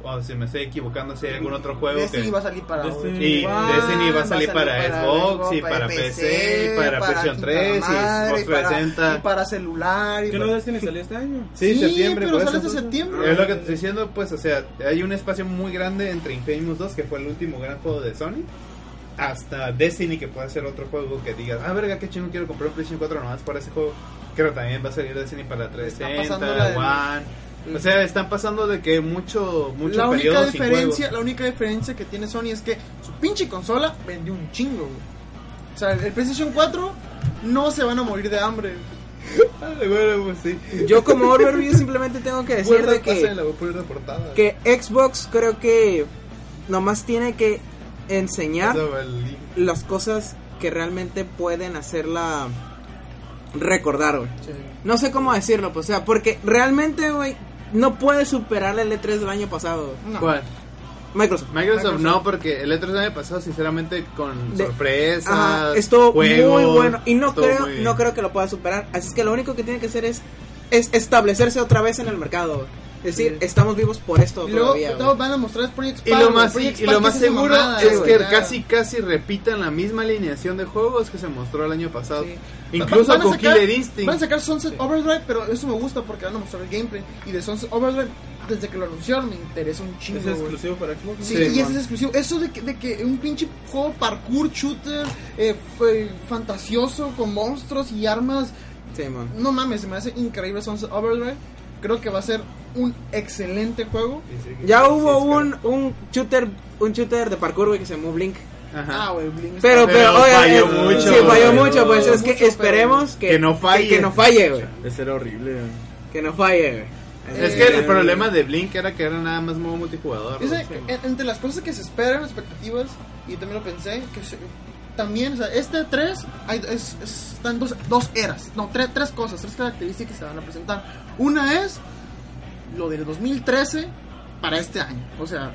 Speaker 1: O si me estoy equivocando, si hay algún otro juego
Speaker 2: Destiny
Speaker 1: que...
Speaker 2: va a salir para
Speaker 4: Destiny-
Speaker 1: Y
Speaker 2: One,
Speaker 1: Destiny va a salir para, Xbox y para PC, y para PlayStation 3 y Xbox
Speaker 2: y para,
Speaker 1: 360.
Speaker 2: y para celular y
Speaker 4: ¿Qué
Speaker 2: para-
Speaker 4: no Destiny salió este año?
Speaker 1: Sí,
Speaker 2: Sí,
Speaker 1: septiembre.
Speaker 2: pero
Speaker 1: por
Speaker 2: sale
Speaker 1: eso.
Speaker 2: este septiembre.
Speaker 1: Es lo que te estoy diciendo, pues, o sea, hay un espacio muy grande entre Infamous 2, que fue el último gran juego de Sony, hasta Destiny, que puede ser otro juego que digas, ah, verga, qué chingo quiero comprar un PlayStation 4 nomás para ese juego. Creo también va a salir Destiny para
Speaker 2: pasando la
Speaker 1: 360,
Speaker 2: de-
Speaker 1: One. O sea, están pasando de que mucho, mucho
Speaker 2: la única
Speaker 1: periodo sin
Speaker 2: diferencia,
Speaker 1: juego.
Speaker 2: la única diferencia que tiene Sony es que su pinche consola vendió un chingo. güey. O sea, el, el PlayStation 4 no se van a morir de hambre.
Speaker 1: Ah, bueno, pues sí.
Speaker 3: Yo como Overview simplemente tengo que decir
Speaker 1: Puerta,
Speaker 3: de que...
Speaker 1: pásale, la voy a poner de portada.
Speaker 3: que Xbox creo que nomás tiene que enseñar
Speaker 1: Eso, el link.
Speaker 3: las cosas que realmente pueden hacerla recordar, güey. No sé cómo decirlo, pues, o sea, porque realmente, güey, no puede superar el E3 del año pasado, güey.
Speaker 2: No.
Speaker 1: ¿Cuál?
Speaker 3: Microsoft.
Speaker 1: Microsoft no, porque el E3 del año pasado, sinceramente, con
Speaker 3: De-
Speaker 1: sorpresas,
Speaker 3: Ajá, estuvo
Speaker 1: juegos,
Speaker 3: muy bueno y no
Speaker 1: estuvo
Speaker 3: creo,
Speaker 1: muy bien.
Speaker 3: no creo que lo pueda superar. Así es que lo único que tiene que hacer es, es establecerse otra vez en el mercado. güey. Es decir, estamos vivos por esto
Speaker 2: Y luego
Speaker 3: todavía.
Speaker 2: luego
Speaker 3: güey.
Speaker 2: van a mostrar Project
Speaker 1: Y
Speaker 2: Spark,
Speaker 1: lo
Speaker 2: güey.
Speaker 1: más,
Speaker 2: Project
Speaker 1: y
Speaker 2: Spark
Speaker 1: lo más
Speaker 2: es esa
Speaker 1: seguro
Speaker 2: mamada,
Speaker 1: es
Speaker 2: güey,
Speaker 1: que
Speaker 2: ya.
Speaker 1: casi casi repitan la misma alineación de juegos que se mostró el año pasado.
Speaker 2: Sí.
Speaker 1: Incluso
Speaker 2: Van a
Speaker 1: con
Speaker 2: sacar-
Speaker 1: Killer Instinct.
Speaker 2: Van a sacar Sunset Overdrive, pero eso me gusta porque van a mostrar el gameplay. Y de Sunset Overdrive, desde que lo anunciaron, me interesa un chingo.
Speaker 4: ¿Es
Speaker 2: güey.
Speaker 4: exclusivo para Xbox?
Speaker 2: Sí,
Speaker 1: Sí,
Speaker 2: y ese
Speaker 1: man.
Speaker 2: es exclusivo. Eso de que, de que un pinche juego parkour shooter eh, f- eh, fantasioso con monstruos y armas.
Speaker 3: Sí, man.
Speaker 2: No mames, se me hace increíble Sunset Overdrive. Creo que va a ser un excelente juego.
Speaker 3: Ya hubo un, un shooter un shooter de parkour güey, que se llamó Blink.
Speaker 1: Ajá.
Speaker 2: Ah, güey, Blink está-
Speaker 3: Pero, pero,
Speaker 1: Pero
Speaker 3: oiga,
Speaker 1: falló
Speaker 3: eh,
Speaker 1: mucho,
Speaker 3: Sí, falló
Speaker 1: güey.
Speaker 3: mucho, pues es que
Speaker 2: Mucho,
Speaker 3: esperemos que,
Speaker 1: Que no falle.
Speaker 3: Que, no falle, güey.
Speaker 4: Ese era horrible.
Speaker 3: Que no falle, güey.
Speaker 1: Es
Speaker 2: Eh,
Speaker 1: que el problema de Blink era que era nada más modo multijugador.
Speaker 2: Ese-
Speaker 1: ¿no?
Speaker 2: en- entre las cosas que se esperan, expectativas, y yo también lo pensé, que se- también, o sea, este 3, hay, es- es- están dos, dos eras, no, tre- tres cosas, tres características que se van a presentar. Una es lo del 2013 para este año, o sea,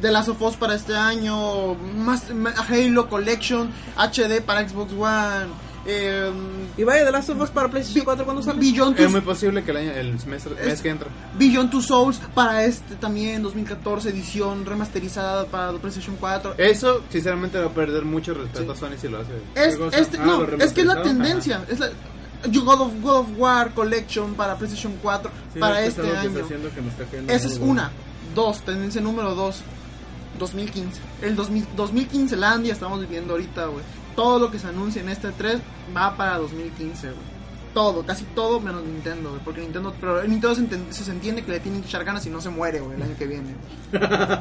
Speaker 2: The Last of Us para este año, más, ma- Halo Collection, HD para Xbox One, eh,
Speaker 3: Y vaya, The Last of Us para PlayStation 4 cuando sale.
Speaker 2: Beyond Two
Speaker 1: Es muy posible que el, año, el semestre-
Speaker 2: Es-
Speaker 1: mes que entra.
Speaker 2: Beyond Two Souls para este también 2014 edición remasterizada para PlayStation 4.
Speaker 1: Eso, sinceramente, va a perder mucho respeto a Sony si lo hace.
Speaker 2: Es,
Speaker 4: ¿Qué cosa?
Speaker 2: este,
Speaker 4: Ah,
Speaker 2: no,
Speaker 4: lo
Speaker 2: es que es la
Speaker 4: remasterizaron.
Speaker 2: tendencia. Es la, You God of, God of War Collection para PlayStation 4
Speaker 4: Sí,
Speaker 2: para
Speaker 4: es
Speaker 2: este
Speaker 4: que es algo que
Speaker 2: año.
Speaker 4: está haciendo que me está cayendo
Speaker 2: Esa es
Speaker 4: muy gordo.
Speaker 2: una. Dos, tendencia número dos. 2015. El 2000, 2015 Landia estamos viviendo ahorita, güey. Todo lo que se anuncia en este 3 va para 2015, güey. todo, casi todo menos Nintendo, güey, porque Nintendo, pero Nintendo se, enten- se entiende que le tienen que echar ganas y no se muere, güey, el año que viene.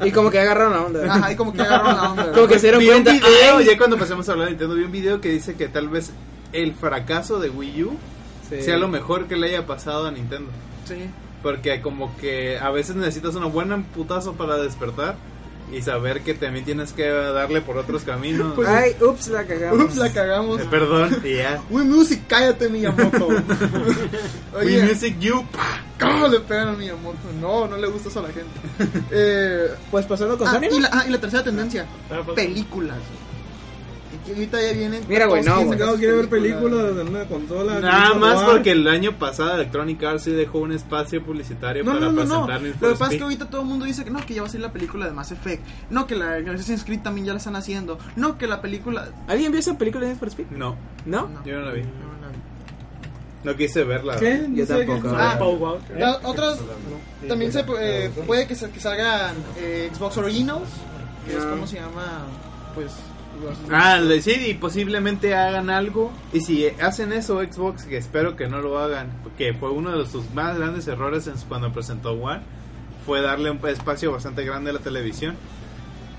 Speaker 3: Y como que agarraron la onda.
Speaker 2: Ajá, y como que agarraron la onda. güey.
Speaker 3: Como que se dieron
Speaker 1: Vi un
Speaker 3: cuenta.
Speaker 1: video,
Speaker 3: ¡ay!
Speaker 1: ya cuando empezamos a hablar de Nintendo, vi un video que dice que tal vez el fracaso de Wii U
Speaker 3: Sí.
Speaker 1: sea lo mejor que le haya pasado a Nintendo.
Speaker 2: Sí.
Speaker 1: Porque como que a veces necesitas una buena putazo para despertar y saber que también tienes que darle por otros caminos.
Speaker 2: Pues,
Speaker 3: Ay, ups, la cagamos.
Speaker 2: Ups, la cagamos.
Speaker 1: Eh, perdón, y ya.
Speaker 2: Wii Music, cállate Miyamoto.
Speaker 1: Wii
Speaker 2: Oye,
Speaker 1: Music U. pa.
Speaker 2: ¿cómo le pegan a Miyamoto? No, no le gusta eso a la gente. Eh,
Speaker 6: Pues pasando con
Speaker 2: ah,
Speaker 6: Sony.
Speaker 2: y, la, ah, y la tercera tendencia,
Speaker 5: Ah, pues.
Speaker 2: películas. güey. Y que ahorita ya vienen.
Speaker 3: Mira, güey,
Speaker 2: todos
Speaker 3: no,
Speaker 2: quieren
Speaker 3: güey.
Speaker 2: sacar
Speaker 4: No, quiere ver
Speaker 2: películas.
Speaker 4: películas en una consola.
Speaker 1: Nada
Speaker 4: quiere
Speaker 1: más
Speaker 4: jugar.
Speaker 1: porque el año pasado Electronic Arts sí dejó un espacio publicitario
Speaker 2: No,
Speaker 1: para
Speaker 2: no, no, no.
Speaker 1: presentar Need for
Speaker 2: Lo que pasa es
Speaker 1: Speed.
Speaker 2: que ahorita todo el mundo dice que no, que ya va a ser la película de Mass Effect. No, que la de Assassin's Creed también ya la están haciendo. No, que la película.
Speaker 3: ¿Alguien vio esa película de Need for Speed?
Speaker 1: No,
Speaker 3: ¿No?
Speaker 2: No.
Speaker 1: yo no la vi.
Speaker 2: No, no, no.
Speaker 1: No quise verla.
Speaker 4: ¿Qué? No
Speaker 3: Yo
Speaker 4: sé qué-
Speaker 3: tampoco.
Speaker 2: Ah,
Speaker 5: Paul Walker, ¿eh?
Speaker 2: Las otras también se eh, puede que, sa- que salgan eh, Xbox Originals, que es como se llama, pues. los-
Speaker 1: Ah, le- sí, y posiblemente hagan algo. Y si hacen eso Xbox, que espero que no lo hagan, que fue uno de sus más grandes errores en su- cuando presentó One, fue darle un espacio bastante grande a la televisión.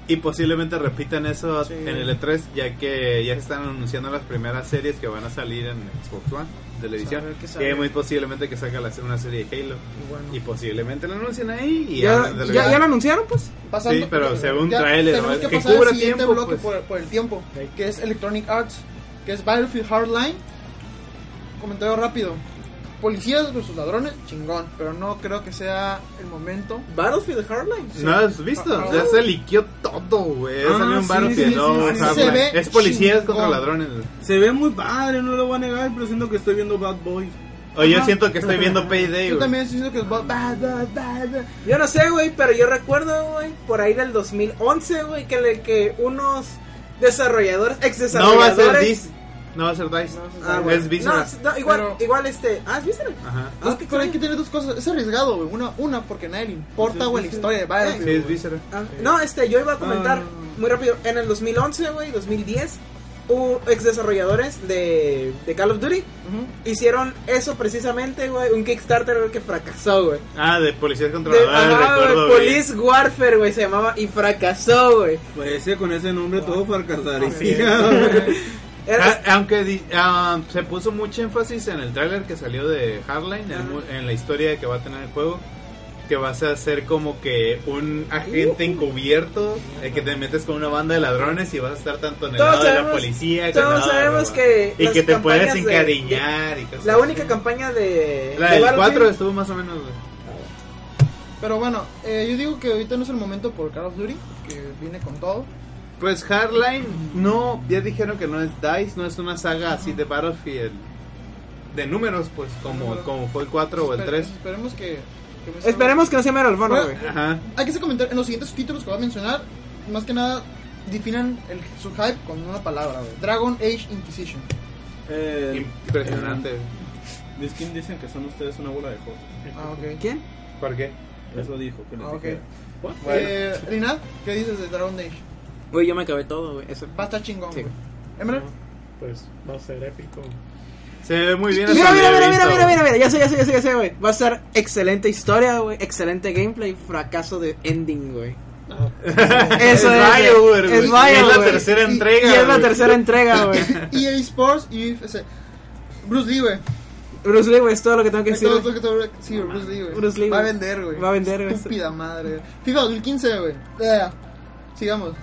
Speaker 1: Y posiblemente repitan eso
Speaker 2: Sí.
Speaker 1: en el E3, ya que ya se están anunciando las primeras series que van a salir en Xbox One, televisión.
Speaker 2: Saber qué sale.
Speaker 1: Y muy posiblemente que salga la- una serie de Halo.
Speaker 2: bueno.
Speaker 1: Y posiblemente la anuncien ahí. Y
Speaker 3: ¿Ya,
Speaker 1: hagan la
Speaker 3: ya,
Speaker 1: televisión.
Speaker 3: ya lo anunciaron, pues?
Speaker 2: Pasando- eh,
Speaker 1: Sí, pero según trailer,
Speaker 2: tenemos
Speaker 1: ¿no?
Speaker 2: que,
Speaker 1: Que
Speaker 2: pasar
Speaker 1: cubra
Speaker 2: al siguiente
Speaker 1: tiempo,
Speaker 2: bloque
Speaker 1: pues.
Speaker 2: por, por el tiempo, que es Electronic Arts, que es Battlefield Hardline. Comentario rápido. Policías versus ladrones, chingón, pero no creo que sea el momento.
Speaker 3: Battlefield Hardline.
Speaker 1: No has visto,
Speaker 2: Ah,
Speaker 1: ya se liqueó todo, güey. Ya
Speaker 4: Ah,
Speaker 1: salió un
Speaker 4: sí,
Speaker 1: Battlefield,
Speaker 4: sí,
Speaker 1: no,
Speaker 4: sí,
Speaker 1: o sea,
Speaker 2: sí, se ve
Speaker 1: Es policías
Speaker 2: chingón.
Speaker 1: contra ladrones.
Speaker 4: Se ve muy padre, no lo voy a negar, pero siento que estoy viendo Bad Boy.
Speaker 1: O yo siento que estoy viendo Payday,
Speaker 2: Yo
Speaker 1: güey.
Speaker 2: también siento que es bad, bad, bad, bad, bad.
Speaker 3: Yo no sé, güey, pero yo recuerdo, güey, por ahí del 2011, güey, que, le- que unos desarrolladores, ex
Speaker 1: No va a
Speaker 3: desarrolladores...
Speaker 1: ser Dice. No va a ser Dice.
Speaker 3: Ah, bueno.
Speaker 1: Es
Speaker 3: no,
Speaker 1: Visceral.
Speaker 3: no, igual,
Speaker 2: Pero-
Speaker 3: igual este... Ah, es Visceral.
Speaker 1: Ajá.
Speaker 3: Ah,
Speaker 2: Es que- pero hay que tener dos cosas. Es arriesgado, güey. Una, una porque a nadie le importa, güey, la historia de Battlefield.
Speaker 1: Sí, es
Speaker 2: güey.
Speaker 1: Visceral.
Speaker 3: Ah, No, este, yo iba a comentar
Speaker 4: Ah, no, no,
Speaker 3: muy rápido. En el 2011, güey, 2010, hubo ex desarrolladores de, de Call of Duty. Hicieron eso precisamente, güey, un Kickstarter que fracasó, güey.
Speaker 1: Ah, de policías contra
Speaker 3: De,
Speaker 1: ladrones,
Speaker 3: ajá, güey,
Speaker 1: recuerdo. bien.
Speaker 3: Police Warfare, güey, se llamaba y fracasó, güey.
Speaker 4: Pues ese con ese nombre todo fracasaría.
Speaker 3: Era-
Speaker 1: Ah, aunque di- ah, se puso mucho énfasis en el tráiler que salió de Hardline, en, mu- en la historia que va a tener el juego, que vas a ser como que un agente
Speaker 3: Uh.
Speaker 1: encubierto, eh, que te metes con una banda de ladrones y vas a estar tanto en el
Speaker 3: Todos
Speaker 1: lado de la
Speaker 3: sabemos-
Speaker 1: policía,
Speaker 3: todos
Speaker 1: el lado de la
Speaker 3: sabemos
Speaker 1: broma.
Speaker 3: que
Speaker 1: y
Speaker 3: las
Speaker 1: que te puedes
Speaker 3: campañas de-
Speaker 1: encariñar y cosas
Speaker 3: La única
Speaker 1: así.
Speaker 3: campaña de...
Speaker 1: la
Speaker 3: de
Speaker 1: del
Speaker 3: Battlefield-
Speaker 1: 4 estuvo más o menos güey.
Speaker 2: Pero bueno, eh, yo digo que ahorita no es el momento por Call of Duty, que viene con todo.
Speaker 1: pues Hardline no ya dijeron que no es Dice, no es una saga así de Battlefield de números pues como como fue el 4 o el
Speaker 2: Espere-
Speaker 1: 3.
Speaker 2: Esperemos que. que me salga.
Speaker 3: Esperemos que no se llame Alfano,
Speaker 1: Ah.
Speaker 2: Bueno,
Speaker 3: güey.
Speaker 1: Ajá.
Speaker 2: Hay que hacer comentar en los siguientes títulos que voy a mencionar. Más que nada, definan el, su hype con una palabra, güey. Dragon Age Inquisition.
Speaker 4: Eh,
Speaker 1: Impresionante.
Speaker 4: de Skin dicen que son ustedes una bola de jotos.
Speaker 2: Ah, ok.
Speaker 3: ¿Quién?
Speaker 1: ¿Por qué?
Speaker 4: Eso dijo, que les
Speaker 2: Ah, ok.
Speaker 4: dijera.
Speaker 2: Eh, Rinat, ¿qué dices de Dragon Age?
Speaker 3: Güey, yo me acabé todo, güey. Eso.
Speaker 2: Va a estar chingón,
Speaker 3: Sí.
Speaker 2: güey. Emerald.
Speaker 5: Pues va a ser épico.
Speaker 1: Se ve muy bien.
Speaker 3: Mira,
Speaker 1: hasta
Speaker 3: mira,
Speaker 1: donde
Speaker 3: mira,
Speaker 1: he
Speaker 3: mira,
Speaker 1: visto.
Speaker 3: mira, mira, ya sé, ya sé, ya sé, ya sé, güey. Va a ser excelente historia, güey, excelente gameplay, fracaso de ending, güey.
Speaker 1: Ah.
Speaker 3: Eso
Speaker 1: Es
Speaker 3: es. güey.
Speaker 1: Bioware, güey.
Speaker 3: es
Speaker 1: Y
Speaker 3: Bioware.
Speaker 1: es la tercera
Speaker 2: Y-
Speaker 1: entrega.
Speaker 3: Y es la
Speaker 1: güey.
Speaker 3: tercera entrega, güey.
Speaker 2: EA E Sports y UFC. Bruce Lee, güey.
Speaker 3: Bruce Lee, güey, es todo lo que tengo que decir.
Speaker 2: Todo-
Speaker 3: güey.
Speaker 2: todo que te- Sí, Bruce Lee, güey.
Speaker 3: Bruce Lee,
Speaker 2: Va a
Speaker 3: güey.
Speaker 2: vender, güey.
Speaker 3: Va a vender, güey.
Speaker 2: Estúpida madre, güey. FIFA 2015, güey. Eh, sigamos.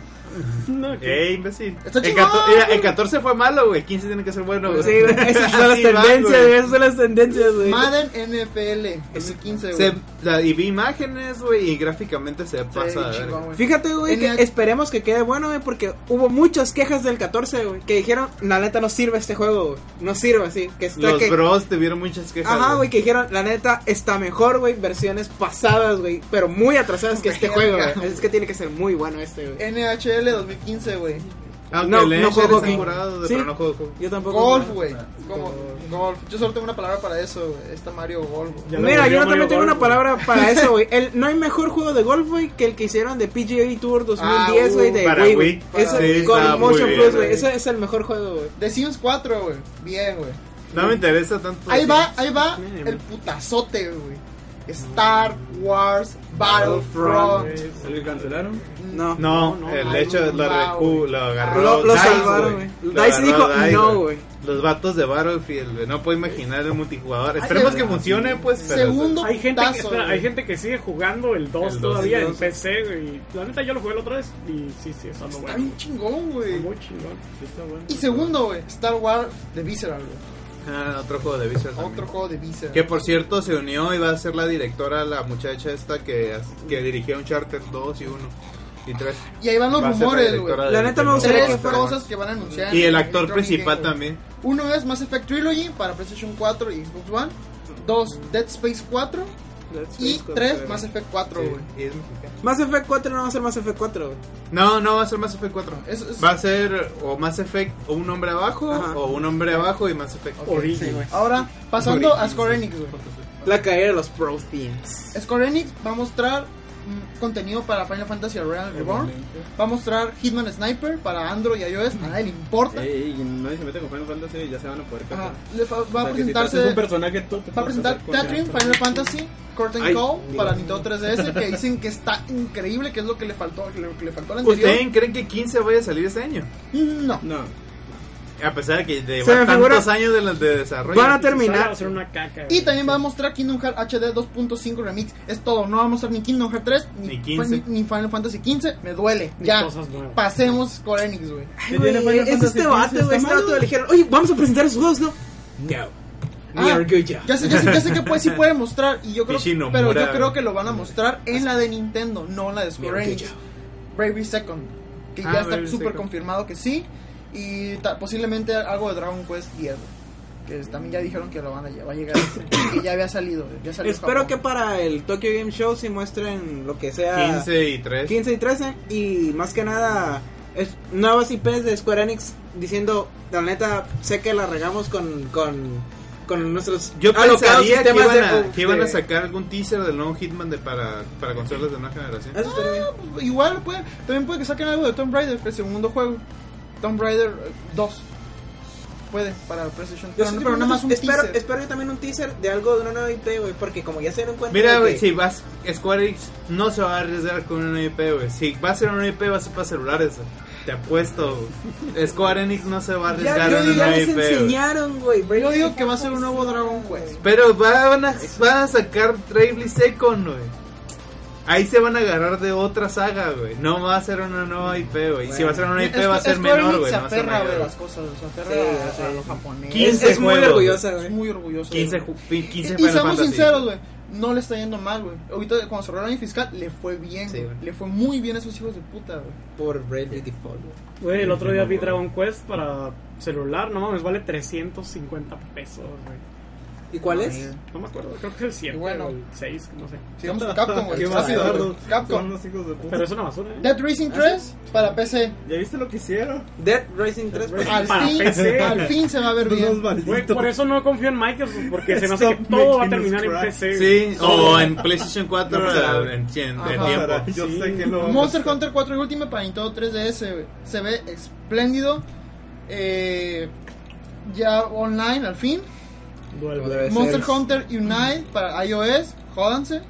Speaker 5: No, que-
Speaker 1: Ey, imbécil.
Speaker 2: Está
Speaker 1: el,
Speaker 2: chingón,
Speaker 1: 14, mira, el
Speaker 2: güey.
Speaker 1: 14 fue malo, güey. El 15 tiene que ser bueno, güey.
Speaker 3: Sí, güey, esas son las
Speaker 1: Así va,
Speaker 3: tendencias,
Speaker 1: güey.
Speaker 3: güey, esas son las tendencias, güey.
Speaker 2: Madden NFL 2015, güey.
Speaker 1: Se- la- y vi imágenes, güey, y gráficamente se
Speaker 2: Sí,
Speaker 1: pasa. de
Speaker 2: chingón,
Speaker 1: verga.
Speaker 2: güey.
Speaker 3: Fíjate, güey, que
Speaker 2: Tenía-
Speaker 3: esperemos que quede bueno, güey, porque hubo muchas quejas del 14, güey, que dijeron, la neta no sirve este juego, güey. No sirve así, que está
Speaker 1: Los
Speaker 3: que
Speaker 1: bros tuvieron muchas quejas.
Speaker 3: Ajá, güey, que dijeron, la neta está mejor, güey, versiones pasadas, güey, pero muy atrasadas que este juego,
Speaker 2: Verga.
Speaker 3: güey. Es que tiene que ser muy bueno este, güey.
Speaker 2: NHL 2015, güey.
Speaker 1: Aunque
Speaker 3: No,
Speaker 1: no, le
Speaker 3: no juego aquí.
Speaker 1: jugado,
Speaker 3: Sí.
Speaker 1: pero no juego, juego.
Speaker 3: Yo tampoco.
Speaker 2: Golf, güey. Como golf. Yo solo tengo una palabra para eso, güey. Está Mario Golf. güey.
Speaker 5: Ya lo
Speaker 3: Mira,
Speaker 5: volvió
Speaker 3: yo también
Speaker 5: Mario
Speaker 3: tengo una
Speaker 5: Golf,
Speaker 3: palabra para eso, güey. El- No hay mejor juego de golf, güey, que el que hicieron de PGA Tour 2010,
Speaker 2: Ah,
Speaker 3: güey,
Speaker 2: uh,
Speaker 3: de
Speaker 1: para
Speaker 3: Wii,
Speaker 1: Wii.
Speaker 3: güey. Eso
Speaker 1: Sí,
Speaker 3: con
Speaker 1: está muy
Speaker 3: Motion
Speaker 1: bien,
Speaker 3: Plus, güey.
Speaker 1: güey.
Speaker 3: Eso es el mejor juego, güey.
Speaker 2: The Sims 4, güey. Bien, güey.
Speaker 1: No me interesa tanto.
Speaker 2: Ahí va, ahí va el putazote, güey. Star Wars Battlefront.
Speaker 4: ¿Lo cancelaron?
Speaker 2: Mm.
Speaker 3: No.
Speaker 1: No,
Speaker 5: No, no,
Speaker 1: el
Speaker 2: no,
Speaker 1: hecho
Speaker 2: no,
Speaker 1: de lo,
Speaker 2: no,
Speaker 1: recu-
Speaker 2: güey.
Speaker 1: lo agarró.
Speaker 3: Lo- lo
Speaker 1: DICE,
Speaker 3: salvaron,
Speaker 1: güey.
Speaker 3: güey.
Speaker 1: Lo
Speaker 3: DICE dijo,
Speaker 1: agarró
Speaker 3: "No, güey".
Speaker 1: Los vatos de Battlefield, güey. No puedo imaginar el multijugador. Esperemos
Speaker 2: que-
Speaker 1: que funcione, pues. pero-
Speaker 2: Segundo
Speaker 5: Hay gente, que,
Speaker 2: putazo.
Speaker 5: espera, hay
Speaker 2: güey.
Speaker 5: gente que sigue jugando el 2
Speaker 1: El dos,
Speaker 5: todavía
Speaker 1: el
Speaker 5: en
Speaker 1: dos.
Speaker 5: PC, güey. La neta yo lo jugué la otra vez y sí, sí, eso no
Speaker 2: Está
Speaker 5: bueno.
Speaker 2: bien chingón, güey.
Speaker 5: Muy chingón.
Speaker 4: Sí, está bueno.
Speaker 2: Y segundo, güey, Star Wars The Visceral, güey.
Speaker 1: Ah, otro juego de Visual. también.
Speaker 2: Otro juego de Visceral.
Speaker 1: Que por cierto se unió y va a ser la directora, la muchacha esta que, que dirigió Uncharted 2 y 1 y 3.
Speaker 2: Y ahí van los
Speaker 1: Va a ser la
Speaker 2: rumores, güey.
Speaker 1: directora de
Speaker 3: La neta me gustaría
Speaker 1: Uncharted
Speaker 2: Tres
Speaker 3: que fuera-
Speaker 1: dos.
Speaker 2: cosas que van a anunciar.
Speaker 1: Y el
Speaker 2: en
Speaker 1: actor
Speaker 2: Electronic
Speaker 1: principal
Speaker 2: Games, güey.
Speaker 1: también.
Speaker 2: Uno es Mass Effect Trilogy para PlayStation 4 y Xbox One. Dos, Dead Space 4. Y tres, Mass Effect 4, güect
Speaker 1: Sí, y es mexicano.
Speaker 3: Mass Effect 4 no va a ser Mass Effect 4, güey.
Speaker 1: No, no va a ser Mass Effect 4.
Speaker 2: Eso es-
Speaker 1: Va a ser o Mass Effect o un hombre abajo
Speaker 3: Ajá.
Speaker 1: o un hombre abajo y Mass Effect.
Speaker 5: Origin.
Speaker 2: Ahora, pasando a
Speaker 1: Origins,
Speaker 2: Square Enix, güey.
Speaker 3: La caída de los Pro Teams.
Speaker 2: Square Enix va a mostrar mm, contenido para Final Fantasy Royal Reborn. Va a mostrar Hitman Sniper para Android y iOS. A nadie le importa.
Speaker 4: Ey, ey, nadie se mete con Final Fantasy y ya se van a poder
Speaker 2: Ajá.
Speaker 4: casar.
Speaker 2: Le fa- va
Speaker 4: O
Speaker 2: a
Speaker 4: sea, que si te haces
Speaker 2: presentarse.
Speaker 4: un personaje, tú
Speaker 2: Va
Speaker 4: te
Speaker 2: a
Speaker 4: puedes
Speaker 2: presentar
Speaker 4: hacer con-
Speaker 2: Catherine, Final Fantasy, Curtain
Speaker 1: Ay.
Speaker 2: Call para Nintendo 3DS, que dicen que está increíble, que es lo que le faltó, lo que le faltó al
Speaker 4: Pues
Speaker 2: anterior. Mm,
Speaker 1: ¿Ustedes creen que 15 vaya a salir este año?
Speaker 2: No.
Speaker 4: No.
Speaker 1: A pesar de que lleva
Speaker 3: Se me
Speaker 1: tantos
Speaker 3: figura-
Speaker 1: años de, las de desarrollo.
Speaker 3: Van a
Speaker 5: Si sale,
Speaker 3: terminar.
Speaker 5: Va a ser una caca.
Speaker 2: Y
Speaker 5: güey.
Speaker 2: también va a mostrar Kingdom Hearts HD 2.5 Remix. Es todo, no va a mostrar ni Kingdom Hearts 3, ni,
Speaker 1: Ni 15.
Speaker 2: ni- ni Final Fantasy 15. Me duele,
Speaker 5: Ni
Speaker 2: ya.
Speaker 5: cosas nuevas.
Speaker 2: Pasemos Square Enix, güey.
Speaker 4: ¿Qué tiene
Speaker 3: Güey,
Speaker 4: Final
Speaker 3: Es
Speaker 4: Fantasy
Speaker 3: este
Speaker 4: XV?
Speaker 3: vato, güey. Este
Speaker 4: ¿Está
Speaker 3: vato
Speaker 4: malo?
Speaker 3: le dijeron, oye, vamos a presentar esos juegos, ¿no? No. Ni
Speaker 2: Ah,
Speaker 3: orgullo.
Speaker 2: Ya sé, ya sé, ya sé que pues, sí puede mostrar, y yo creo,
Speaker 1: Pichi Nomura.
Speaker 2: pero yo creo que lo van a mostrar en la de Nintendo, no en la de Square
Speaker 3: Mira,
Speaker 2: Enix.
Speaker 3: ya.
Speaker 2: Bravery Second, que
Speaker 1: Ah,
Speaker 2: ya
Speaker 1: Bravery
Speaker 2: está súper
Speaker 1: Second.
Speaker 2: confirmado que sí, y ta- posiblemente algo de Dragon Quest 10, que es- también ya dijeron que lo van a, lle- va a llegar, que ya había salido. Ya salió en
Speaker 3: Espero
Speaker 2: Japón.
Speaker 3: que para el Tokyo Game Show se muestren lo que sea
Speaker 1: 15 y 3.
Speaker 3: 15 y 13 y más que nada es, nuevas IPs de Square Enix diciendo, la neta, sé que la regamos con, con, con nuestros
Speaker 1: Yo
Speaker 3: alocados
Speaker 1: pensaría que
Speaker 3: Ah, sistemas
Speaker 1: iban, a,
Speaker 3: de-
Speaker 1: que iban a
Speaker 3: de-
Speaker 1: sacar algún teaser del nuevo Hitman de para, para consolas de nueva generación.
Speaker 3: Eso estaría bien.
Speaker 2: Igual puede, también puede que saquen algo de Tomb Raider, el segundo juego. Tomb Raider eh, 2. Puede, para PlayStation.
Speaker 3: Yo
Speaker 2: Pero,
Speaker 3: sí,
Speaker 2: pero nada más un
Speaker 3: espero,
Speaker 2: teaser.
Speaker 3: espero yo también un teaser de algo de una nueva IP, güey, porque como ya se dieron cuenta
Speaker 1: Mira,
Speaker 3: de
Speaker 1: güey,
Speaker 3: que-
Speaker 1: si vas. Square Enix no se va a arriesgar con una IP, güey. Si va a ser una IP, va a ser para celulares. güey. Te apuesto. güey. Square Enix no se va a
Speaker 3: ya,
Speaker 1: arriesgar
Speaker 3: yo-
Speaker 1: en
Speaker 3: ya
Speaker 1: una
Speaker 3: les
Speaker 1: IP. güey.
Speaker 3: enseñaron, güey.
Speaker 2: Yo digo que va a ser un nuevo Dragon Quest.
Speaker 1: Pero van a, van a sacar Bravely Second, güey. Ahí se van a agarrar de otra saga, güey. No va a ser una nueva IP, güey. Y Si va a ser una IP, va a ser
Speaker 2: Square Enix
Speaker 1: menor, güey.
Speaker 2: Se
Speaker 1: No va a ser
Speaker 2: aferra
Speaker 1: mayor,
Speaker 2: güey,
Speaker 1: güey.
Speaker 2: las cosas, se aferra
Speaker 3: Sí,
Speaker 2: a-
Speaker 3: sí.
Speaker 2: a los japoneses.
Speaker 1: 15
Speaker 3: es muy
Speaker 1: juegos,
Speaker 3: orgullosa,
Speaker 2: Es
Speaker 3: güey.
Speaker 2: muy orgulloso.
Speaker 1: 15, ju- 15
Speaker 2: Y, y
Speaker 1: Final
Speaker 2: seamos
Speaker 1: Fantasy.
Speaker 2: sinceros, güey. No le está yendo mal, güey. Ahorita cuando cerró el año fiscal le fue bien,
Speaker 1: Sí,
Speaker 2: güey.
Speaker 1: güey.
Speaker 2: le fue muy bien a esos hijos de puta, güey.
Speaker 3: Por Bravely Default, güey.
Speaker 5: Güey, el otro día vi Dragon Quest para celular. No mames, vale 350 pesos, güey.
Speaker 3: ¿Y cuál es?
Speaker 5: No me acuerdo, creo que es el 7
Speaker 2: Y bueno.
Speaker 5: o el 6, no sé.
Speaker 2: Sigamos con Capcom, güey.
Speaker 4: ¿Qué más,
Speaker 2: Rápido,
Speaker 4: Eduardo?
Speaker 2: güey. Capcom.
Speaker 4: Son unos hijos de puta.
Speaker 5: Pero es una basura, ¿eh?
Speaker 2: Dead Racing 3 para PC.
Speaker 4: ¿Ya viste lo que hicieron?
Speaker 3: Dead Rising 3. pues.
Speaker 2: Al
Speaker 5: Para
Speaker 2: fin,
Speaker 5: PC.
Speaker 2: al fin se va a ver
Speaker 4: Unos
Speaker 2: bien.
Speaker 5: Güey,
Speaker 4: malditos.
Speaker 5: por eso no confío en Microsoft, porque se me hace
Speaker 4: Stop
Speaker 5: que todo va a
Speaker 4: making
Speaker 5: terminar
Speaker 4: us
Speaker 5: en
Speaker 4: cry.
Speaker 5: PC.
Speaker 1: Sí, o en PlayStation 4
Speaker 4: No pasará,
Speaker 1: en,
Speaker 4: güey.
Speaker 1: en- en
Speaker 2: Ajá.
Speaker 1: tiempo.
Speaker 4: Para- Yo
Speaker 5: Sí.
Speaker 4: sé que lo
Speaker 2: Monster Hunter 4 y Ultimate para Nintendo 3DS güey. se ve espléndido. Eh, ya online al fin.
Speaker 5: Duelo.
Speaker 3: Como debe
Speaker 2: Monster
Speaker 3: ser.
Speaker 2: Hunter Unite para iOS, jódanse.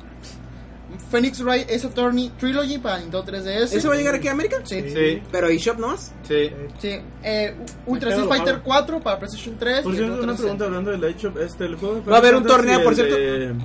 Speaker 2: Phoenix Wright Ace Attorney Trilogy para Nintendo 3DS.
Speaker 3: ¿Eso va a llegar aquí a América?
Speaker 2: Sí,
Speaker 1: Sí,
Speaker 3: Pero eShop nomás.
Speaker 1: sí.
Speaker 2: sí. Eh, Ultra
Speaker 5: Me quedo
Speaker 2: Street Fighter
Speaker 5: bajado.
Speaker 2: 4 para PlayStation 3.
Speaker 4: Por
Speaker 2: y
Speaker 4: cierto,
Speaker 2: Nintendo
Speaker 4: una
Speaker 2: 3DS.
Speaker 4: pregunta hablando del Light Shop. Este, el juego de
Speaker 3: Va a haber un
Speaker 4: Fantasy,
Speaker 3: torneo, por
Speaker 4: el
Speaker 3: cierto.
Speaker 4: de-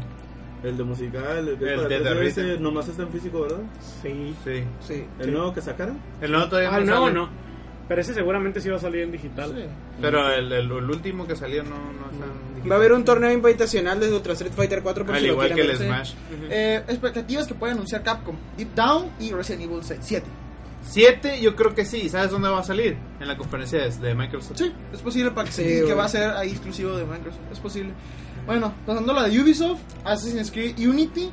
Speaker 4: el de musical, el de,
Speaker 1: El
Speaker 4: para
Speaker 1: de The
Speaker 4: 3DS,
Speaker 1: Rhythm.
Speaker 4: nomás está en físico, ¿verdad?
Speaker 5: Sí.
Speaker 1: Sí.
Speaker 3: Sí.
Speaker 4: El nuevo que sacaron.
Speaker 1: El nuevo todavía
Speaker 5: Ah, el nuevo
Speaker 1: sale.
Speaker 5: no. Pero ese seguramente sí va a salir en digital.
Speaker 2: Sí.
Speaker 1: Pero el, el, el último que salió no, no está en digital.
Speaker 3: Va a haber un torneo invitacional desde Ultra Street Fighter 4 por
Speaker 1: Al
Speaker 3: si lo
Speaker 1: igual que
Speaker 3: quieren
Speaker 1: el
Speaker 3: ver.
Speaker 1: Smash.
Speaker 2: Eh, expectativas que puede anunciar Capcom: Deep Down y Resident Evil 6, 7.
Speaker 1: 7 yo creo que sí. ¿Sabes dónde va a salir? En la conferencia de, de Microsoft.
Speaker 2: Sí, es posible para que,
Speaker 3: Sí,
Speaker 2: se- que
Speaker 3: güey.
Speaker 2: va a ser ahí exclusivo de Microsoft. Es posible. Bueno, pasando a la de Ubisoft, Assassin's Creed Unity.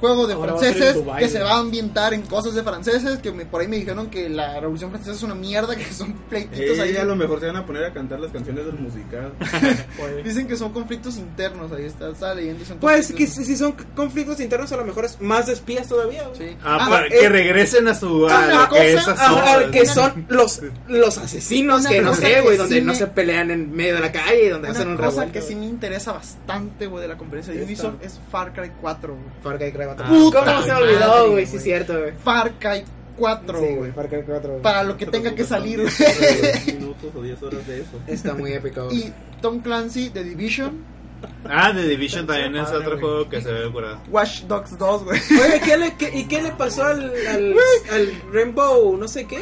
Speaker 2: juego de
Speaker 5: Ahora va a ser
Speaker 2: franceses
Speaker 5: en Dubái,
Speaker 2: que se
Speaker 5: güey.
Speaker 2: va a ambientar en cosas de franceses. Que me- por ahí me dijeron que la revolución francesa es una mierda, que son pleititos
Speaker 4: Eh,
Speaker 2: ahí.
Speaker 4: a lo mejor se van a poner a cantar las canciones del musical.
Speaker 5: Puede.
Speaker 2: Dicen que son conflictos internos. Ahí está, estaba leyendo. y son
Speaker 3: Pues que
Speaker 2: conflictos
Speaker 3: si si son c- conflictos internos, a lo mejor es más de espías todavía. güey.
Speaker 2: internos. Sí.
Speaker 1: Ah,
Speaker 2: Ah,
Speaker 1: para
Speaker 2: eh,
Speaker 1: que regresen a su.
Speaker 2: ah,
Speaker 1: A lo
Speaker 2: la
Speaker 1: que
Speaker 2: cosa,
Speaker 1: es
Speaker 2: ah,
Speaker 1: azul.
Speaker 3: Ajá, que son los, los asesinos
Speaker 2: Una
Speaker 3: que no
Speaker 2: cosa
Speaker 3: sé,
Speaker 2: que
Speaker 3: güey,
Speaker 2: sí
Speaker 3: donde
Speaker 2: me-
Speaker 3: no se pelean en medio de la calle, donde hacen
Speaker 2: Una
Speaker 3: un
Speaker 2: cosa
Speaker 3: revuelto.
Speaker 2: que sí me interesa bastante, güey, de la conferencia de
Speaker 4: Esta.
Speaker 2: Ubisoft es Far Cry 4, güey.
Speaker 6: Far Cry Cry Battle.
Speaker 1: Ah,
Speaker 2: Puta
Speaker 3: ¿Cómo se
Speaker 2: madre,
Speaker 3: olvidó, güey? Sí,
Speaker 2: güey.
Speaker 3: es cierto, güey.
Speaker 2: Far Cry 4,
Speaker 3: Sí,
Speaker 2: güey.
Speaker 3: güey, Far Cry 4, güey.
Speaker 2: Para lo que tenga que salir.
Speaker 4: Son diez minutos o 10 horas de eso.
Speaker 3: Está muy épico, güey.
Speaker 2: Y Tom Clancy, The Division,
Speaker 1: Ah, The Division también es
Speaker 2: Madre,
Speaker 1: otro
Speaker 2: güey.
Speaker 1: juego que se ve curado.
Speaker 2: Watch Dogs 2, güey.
Speaker 3: Oye, ¿qué le, qué- ¿y qué le pasó al, al, al Rainbow no sé qué?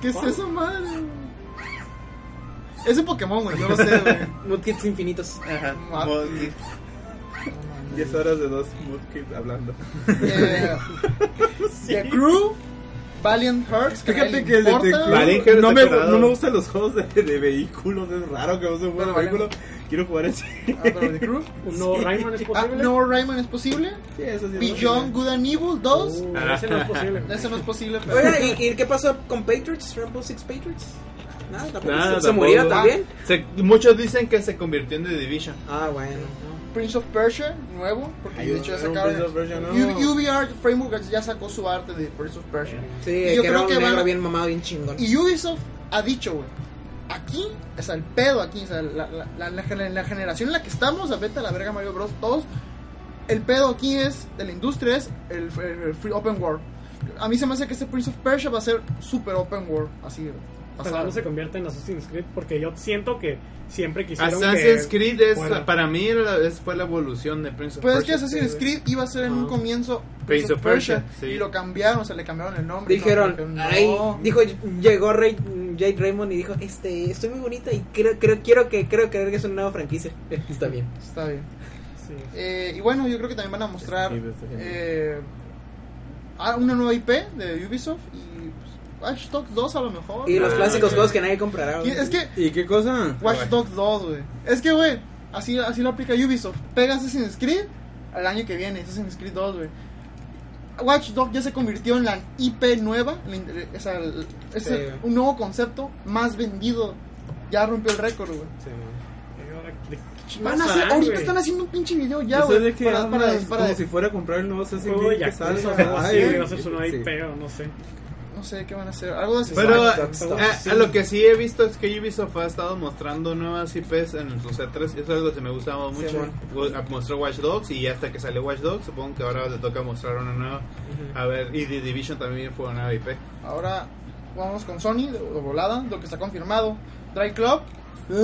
Speaker 2: ¿Qué es esa madre? güey? Es un Pokémon, güey, yo lo sé, güey.
Speaker 3: Mudkits infinitos.
Speaker 1: Ajá.
Speaker 2: Ah.
Speaker 1: Mod-
Speaker 4: 10 horas de dos Mudkip hablando.
Speaker 2: Eh, The Crew, Valiant Hearts, que nadie
Speaker 4: Fíjate
Speaker 2: le
Speaker 4: que el de
Speaker 2: importa.
Speaker 4: Tecla-
Speaker 1: Valiant Hearts
Speaker 4: no, me,
Speaker 1: está curado.
Speaker 4: no me gustan los juegos de, de vehículos, es raro que me guste un juego
Speaker 2: Pero
Speaker 4: de vehículos. Quiero jugar así.
Speaker 2: Ah, pero The Crew.
Speaker 5: ¿Un nuevo Rayman es
Speaker 2: Ah,
Speaker 5: posible?
Speaker 2: no Rayman es posible.
Speaker 4: Sí, eso sí Oh. es
Speaker 2: Beyond Good and Evil 2.
Speaker 5: Uh, ese no es posible.
Speaker 2: Ese no es posible, pero.
Speaker 3: Oye, ¿y, y qué pasó con Patriots? ¿Rainbow Six Patriots? Nada, tampoco.
Speaker 1: Nada,
Speaker 3: ¿Se- ¿Se
Speaker 1: tampoco.
Speaker 3: murieron también?
Speaker 1: Se- muchos dicen que se convirtió en The Division.
Speaker 3: Ah, bueno.
Speaker 2: Prince of Persia, nuevo. Porque
Speaker 4: Ay,
Speaker 2: de hecho ya
Speaker 4: era un
Speaker 2: sacaron.
Speaker 4: Prince of Persia, no.
Speaker 2: U- UbiArt Framework ya sacó su arte de Prince of Persia.
Speaker 3: Sí,
Speaker 2: yo
Speaker 3: que
Speaker 2: creo
Speaker 3: era un
Speaker 2: que
Speaker 3: negro
Speaker 2: van-
Speaker 3: bien mamado, bien chingón.
Speaker 2: Y Ubisoft ha dicho, güey, aquí, o sea, el pedo aquí, o sea, la, la, la- la gener- la generación en la que estamos, a vete a la verga Mario Bros. Todos, el pedo aquí es, de la industria es el, el- el free open world. A mí se me hace que este Prince of Persia va a ser super open world, así,
Speaker 5: Ojalá
Speaker 2: pasado.
Speaker 5: no se convierta en Assassin's Creed porque yo siento que siempre quisieron
Speaker 1: Assassin's
Speaker 5: que...
Speaker 1: Creed es,
Speaker 5: fuera.
Speaker 1: para mí era la- es- fue la evolución de Prince of
Speaker 2: Pues es que
Speaker 1: Persia.
Speaker 2: Assassin's
Speaker 1: Sí,
Speaker 2: Creed iba a ser en un
Speaker 5: Ah.
Speaker 2: comienzo
Speaker 1: Prince of Persia, sí.
Speaker 2: y lo cambiaron, o sea, le cambiaron el nombre.
Speaker 3: Dijeron,
Speaker 2: no,
Speaker 3: ay,
Speaker 2: no.
Speaker 3: dijo, llegó Ray, Jade Raymond y dijo, este, estoy muy bonita y creo, creo, quiero que, creo creer que es una nueva franquicia. Está bien.
Speaker 2: Está bien.
Speaker 5: Sí.
Speaker 2: Eh, y bueno, yo creo que también van a mostrar
Speaker 4: Sí, este esta gente.
Speaker 2: eh, ah, una nueva IP de Ubisoft y pues, Watch Dogs 2 a lo mejor.
Speaker 3: Y los
Speaker 1: Ah,
Speaker 3: clásicos
Speaker 1: ok.
Speaker 3: juegos que nadie comprará.
Speaker 2: Y
Speaker 3: güey.
Speaker 2: es que
Speaker 4: ¿Y qué cosa?
Speaker 2: Watch Dogs 2, güey. Es que, güey, así, así lo aplica Ubisoft. Pega Assassin's Creed al año que viene, Assassin's Creed 2, güey. Watch Dogs ya se convirtió en la IP nueva, la in- eh, o sea, el- es
Speaker 3: Sí,
Speaker 2: el-
Speaker 3: güey.
Speaker 2: un nuevo concepto más vendido. Ya rompió el récord, güey. Van a hacer-
Speaker 5: Fan,
Speaker 2: ahorita
Speaker 5: güey.
Speaker 2: están haciendo un pinche video ya,
Speaker 4: Yo sé
Speaker 2: güey.
Speaker 4: de que
Speaker 2: Para, para,
Speaker 4: hablas
Speaker 2: para,
Speaker 4: como si fuera a comprar el nuevo Assassin's
Speaker 5: Juego de
Speaker 4: Creed que
Speaker 5: Yakuza
Speaker 4: salga.
Speaker 5: o algo así,
Speaker 4: Ay,
Speaker 5: va a ser su nueva
Speaker 4: sí.
Speaker 5: IP o no sé.
Speaker 2: No sé qué van a hacer. Algo de
Speaker 1: Pero eh,
Speaker 2: Pero,
Speaker 1: a, Ah, a- a lo que sí he visto es que Ubisoft ha estado mostrando nuevas IPs en sus E3. Eso es algo que me gustaba mucho.
Speaker 3: Sí,
Speaker 1: Mo- Mostró Watch Dogs y hasta que salió Watch Dogs, supongo que ahora le toca mostrar una nueva. A ver, y The Division también fue una nueva IP.
Speaker 2: Ahora vamos con Sony, de, de volada, lo que está confirmado. Dry Club. Uy, de-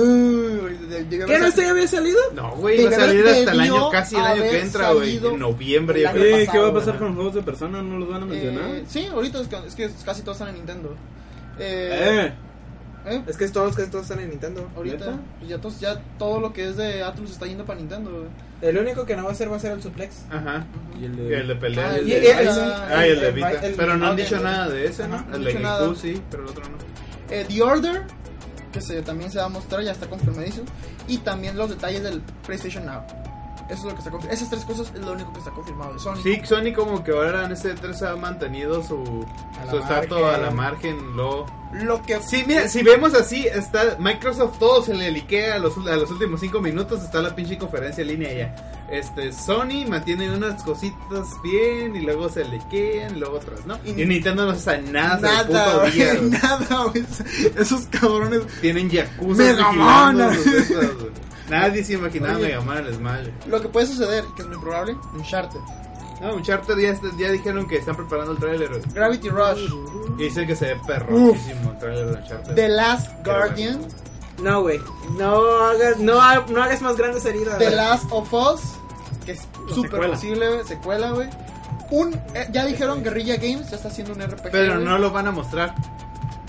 Speaker 2: eh, debió
Speaker 3: ¿Qué
Speaker 2: haber
Speaker 3: no
Speaker 2: salido-
Speaker 3: este ya había salido?
Speaker 1: No, güey, va a
Speaker 2: Debió
Speaker 1: salir
Speaker 2: haber-
Speaker 1: hasta el año,
Speaker 2: debió
Speaker 1: casi el año
Speaker 2: haber
Speaker 1: que entra, güey.
Speaker 2: salido
Speaker 1: En noviembre,
Speaker 2: el
Speaker 1: yo
Speaker 2: año
Speaker 1: creo.
Speaker 4: Oye, ¿qué va a
Speaker 2: pasado,
Speaker 4: pasar
Speaker 2: ajá.
Speaker 4: con los juegos de persona? ¿No los van a mencionar?
Speaker 2: Eh, sí, ahorita es que, es que casi todos están en Nintendo. Eh,
Speaker 4: Eh,
Speaker 2: eh,
Speaker 3: Es que todos, que todos están en Nintendo.
Speaker 2: ahorita
Speaker 4: ¿neta?
Speaker 2: pues ya, tos- ya todo lo que es de Atlus está yendo para Nintendo. güey.
Speaker 3: El único que no va a ser va a ser el suplex.
Speaker 1: Ajá.
Speaker 4: y el
Speaker 1: Y
Speaker 4: de...
Speaker 1: el de pelea.
Speaker 2: Ah,
Speaker 1: el
Speaker 3: Y-
Speaker 1: de-
Speaker 3: y-
Speaker 2: el-
Speaker 1: Ah, el de Vita.
Speaker 3: el-
Speaker 1: pero no han
Speaker 3: el-
Speaker 1: dicho nada de ese, ¿no?
Speaker 2: Ajá, no
Speaker 1: el
Speaker 2: han
Speaker 1: de
Speaker 2: dicho
Speaker 1: GameCube
Speaker 2: nada.
Speaker 1: sí, pero el otro no.
Speaker 2: Eh, The Order, que se, también se va a mostrar, ya está confirmadísimo. Y también los detalles del PlayStation Now. Eso es lo que está confirmado. Esas tres cosas es lo único que está confirmado de Sony.
Speaker 1: Sí, Sony como que ahora en este 3 ha mantenido su,
Speaker 3: A la
Speaker 1: su estatus
Speaker 3: margen.
Speaker 1: a la margen. Lo...
Speaker 2: Lo que
Speaker 1: Sí, mira, si vemos así, está Microsoft todo se le liquea a los, a los últimos 5 minutos, está la pinche conferencia en línea ya. Este, Sony mantiene unas cositas bien y luego se liquean y luego otras, ¿no?
Speaker 2: Y-
Speaker 1: Y, Nintendo no sabe nada, del
Speaker 2: nada,
Speaker 1: puto día.
Speaker 2: güey,
Speaker 1: güey.
Speaker 2: nada, güey. Esos cabrones.
Speaker 1: Tienen Yakuza
Speaker 2: Mega Man.
Speaker 1: vigilándolos, estos, güey. Nadie se imaginaba
Speaker 2: Oye.
Speaker 1: Mega Man en Smash.
Speaker 2: Lo que puede suceder, que es muy probable, Uncharted,
Speaker 1: No, Uncharted ya, ya dijeron que están preparando el tráiler. güey.
Speaker 2: Gravity Rush,
Speaker 1: Y dice que se ve perroquísimo el tráiler de Uncharted.
Speaker 2: The Last Guardian,
Speaker 3: No, güey. No hagas, no, ha- no hagas más grandes heridas.
Speaker 2: The
Speaker 3: güey.
Speaker 2: Last of Us, que es súper
Speaker 5: secuela.
Speaker 2: posible, güey, secuela, güey. Un, eh, ya dijeron Guerrilla Games, ya está haciendo un RPG.
Speaker 1: Pero
Speaker 2: güey.
Speaker 1: no lo van a mostrar.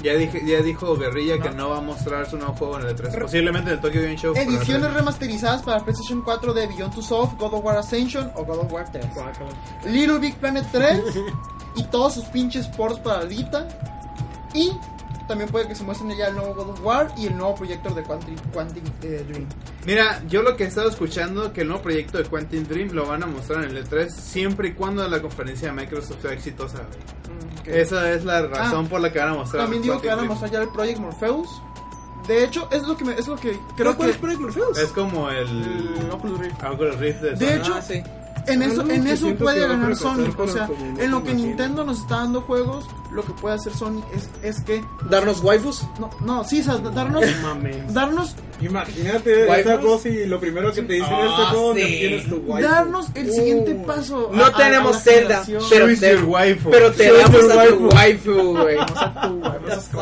Speaker 1: Ya, dije, ya dijo Guerrilla que no va a mostrar su nuevo juego en el E3. Posiblemente en el Tokyo Game Show. pero no
Speaker 2: Ediciones
Speaker 1: sé.
Speaker 2: remasterizadas para PlayStation 4 de Beyond Two Souls, God of War Ascension o God of War 3.
Speaker 5: Guácala.
Speaker 2: Little Big Planet 3 y todos sus pinches ports para Vita. Y también puede que se muestren ya el nuevo God of War y el nuevo proyecto de Quantic, Quantic, eh, Dream.
Speaker 1: Mira, yo lo que he estado escuchando que el nuevo proyecto de Quantum Dream lo van a mostrar en el E3 siempre y cuando la conferencia de Microsoft sea exitosa.
Speaker 3: Mm,
Speaker 1: Esa es la razón
Speaker 2: Ah,
Speaker 1: por la que van a mostrar.
Speaker 2: También digo
Speaker 1: Quantum
Speaker 2: que van a
Speaker 1: Dream.
Speaker 2: mostrar ya el Project Morpheus. De hecho, es lo que, me- es lo que creo que...
Speaker 6: ¿Cuál es Project Morpheus?
Speaker 1: Es como el.
Speaker 2: el Oculus Rift.
Speaker 1: Oculus Rift de
Speaker 2: Mm, De
Speaker 1: Sony.
Speaker 2: hecho,
Speaker 6: Ah, sí.
Speaker 2: en eso,
Speaker 4: Algo
Speaker 2: en
Speaker 4: que
Speaker 2: eso
Speaker 4: siento
Speaker 2: puede
Speaker 4: que va a
Speaker 2: ganar
Speaker 4: fracasar,
Speaker 2: Sony. O
Speaker 4: pero
Speaker 2: sea,
Speaker 4: como no
Speaker 2: en lo
Speaker 4: te
Speaker 2: que
Speaker 4: imaginas.
Speaker 2: Nintendo nos está dando juegos, lo que puede hacer Sony es, es que...
Speaker 6: ¿Darnos waifus?
Speaker 2: No, no, sí, o sea, darnos...
Speaker 5: Mames.
Speaker 2: Darnos,
Speaker 4: Imagínate esa
Speaker 6: Waifus.
Speaker 4: cosa y lo primero que te dicen
Speaker 6: Ah,
Speaker 4: es que todo
Speaker 6: sí.
Speaker 4: tienes tu waifu.
Speaker 2: darnos el siguiente
Speaker 4: Uh.
Speaker 2: paso.
Speaker 6: No
Speaker 2: a- a-
Speaker 6: tenemos
Speaker 2: a la
Speaker 6: Zelda,
Speaker 2: generación.
Speaker 6: pero
Speaker 1: Choose
Speaker 6: te,
Speaker 1: your waifu.
Speaker 6: pero te
Speaker 1: Choose
Speaker 6: damos
Speaker 1: your
Speaker 6: a tu
Speaker 1: waifu.
Speaker 6: waifu, güey.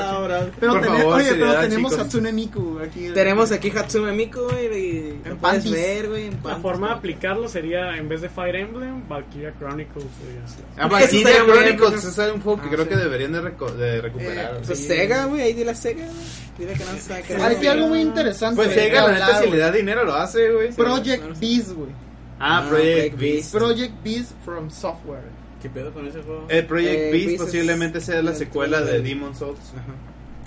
Speaker 4: Ahora,
Speaker 2: Pero
Speaker 1: Por
Speaker 2: tene-
Speaker 1: favor,
Speaker 2: oye, pero
Speaker 1: seriedad,
Speaker 2: tenemos
Speaker 1: chicos.
Speaker 2: a Tsune Miku aquí.
Speaker 3: Tenemos aquí Hatsume Miku, güey. y Lo puedes
Speaker 2: panties.
Speaker 3: ver, güey. en
Speaker 5: La
Speaker 3: panties,
Speaker 5: forma de
Speaker 3: güey.
Speaker 5: aplicarlo sería, en vez de Fire Emblem, Valkyria Chronicles. güey, así.
Speaker 1: Ah,
Speaker 3: Eso
Speaker 1: Valkyria
Speaker 3: estaría muy bien,
Speaker 1: Chronicles
Speaker 3: pues,
Speaker 1: es un juego que
Speaker 3: ah,
Speaker 1: creo
Speaker 3: sí.
Speaker 1: que deberían de, reco- de
Speaker 2: Eh,
Speaker 1: recuperar.
Speaker 3: Pues Sega, güey. Ahí dile a Sega, güey. Dile que no sabe que no
Speaker 2: Hay
Speaker 3: sabe.
Speaker 2: que Ah, algo muy interesante.
Speaker 1: pues
Speaker 2: de
Speaker 1: Sega, la neta,
Speaker 2: hablar,
Speaker 1: si le
Speaker 2: güey.
Speaker 1: da dinero lo hace, güey.
Speaker 2: Project Beast, güey.
Speaker 1: Ah,
Speaker 3: Ah,
Speaker 1: Project
Speaker 3: Project
Speaker 1: Beast.
Speaker 2: Project Beast from Software.
Speaker 4: ¿Qué pedo con ese juego?
Speaker 1: El Project
Speaker 3: Eh,
Speaker 1: Beast
Speaker 3: Beast es-
Speaker 1: posiblemente sea la secuela de Demon's Souls.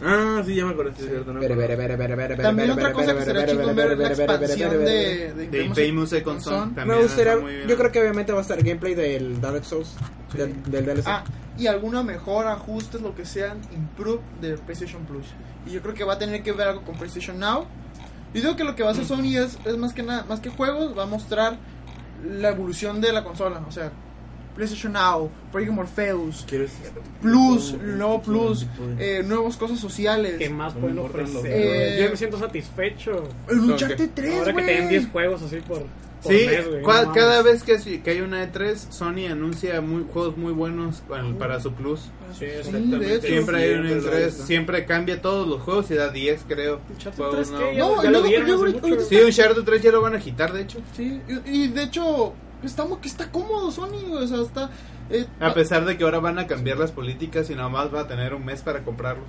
Speaker 4: Ah, sí, ya me acordé, sí, es cierto. no me
Speaker 6: Vere, vere,
Speaker 4: acordaba.
Speaker 6: vere, vere, vere,
Speaker 2: También
Speaker 6: vere,
Speaker 2: otra
Speaker 6: vere,
Speaker 2: cosa
Speaker 6: vere,
Speaker 2: que será
Speaker 6: vere,
Speaker 2: chingón
Speaker 6: vere,
Speaker 2: ver la
Speaker 6: vere, vere, vere,
Speaker 2: expansión
Speaker 6: vere,
Speaker 2: de de
Speaker 1: De
Speaker 2: Infamous
Speaker 1: Infamous Second Son.
Speaker 2: Son.
Speaker 1: también
Speaker 3: Me gustaría.
Speaker 1: está muy bien.
Speaker 3: Yo creo que obviamente va a estar gameplay del Dark Souls. Del, del DLC.
Speaker 2: Ah, y alguna mejora, ajustes, lo que sean, improve de PlayStation Plus. Y yo creo que va a tener que ver algo con PlayStation Now. Y digo que lo que va a hacer Sony es, es más que nada, más que juegos, va a mostrar la evolución de la consola. O sea, PlayStation Now, Project Morpheus,
Speaker 4: ¿Quieres?
Speaker 2: Plus, nuevo Plus, eh, nuevas cosas sociales.
Speaker 5: ¿Qué más
Speaker 4: No
Speaker 5: pueden
Speaker 4: me importan
Speaker 5: ofrecer?
Speaker 4: los
Speaker 5: güey? Yo
Speaker 2: juegos.
Speaker 5: me siento satisfecho.
Speaker 2: El
Speaker 1: Ok.
Speaker 2: Uncharted 3,
Speaker 5: Ahora que
Speaker 2: güey.
Speaker 5: te den 10 juegos así por, por
Speaker 1: Sí,
Speaker 5: mes, güey,
Speaker 1: cua-
Speaker 5: no mames.
Speaker 1: cada vez que, si- que hay una E3, Sony anuncia muy, juegos muy bunos para, para su plus.
Speaker 4: Sí,
Speaker 2: de hecho.
Speaker 4: exactamente.
Speaker 1: Siempre hay una
Speaker 4: Siempre lo
Speaker 1: E3,
Speaker 4: hizo.
Speaker 1: siempre cambia todos los juegos y da 10, creo.
Speaker 5: Uncharted
Speaker 1: Juegos
Speaker 5: 3, ¿qué?
Speaker 1: nuevos.
Speaker 2: No, y
Speaker 5: Ya lo
Speaker 2: luego
Speaker 5: dieron
Speaker 2: yo
Speaker 5: hace
Speaker 2: ahorita-
Speaker 5: mucho,
Speaker 2: ahorita-
Speaker 1: Sí, Uncharted 3 ya lo van a quitar, de hecho.
Speaker 2: Sí, y, y de hecho, estamos que está cómodo Sony, güey, o sea, está... eh,
Speaker 1: A pesar de que ahora van a cambiar las políticas y nada más va a tener un mes para comprarlos.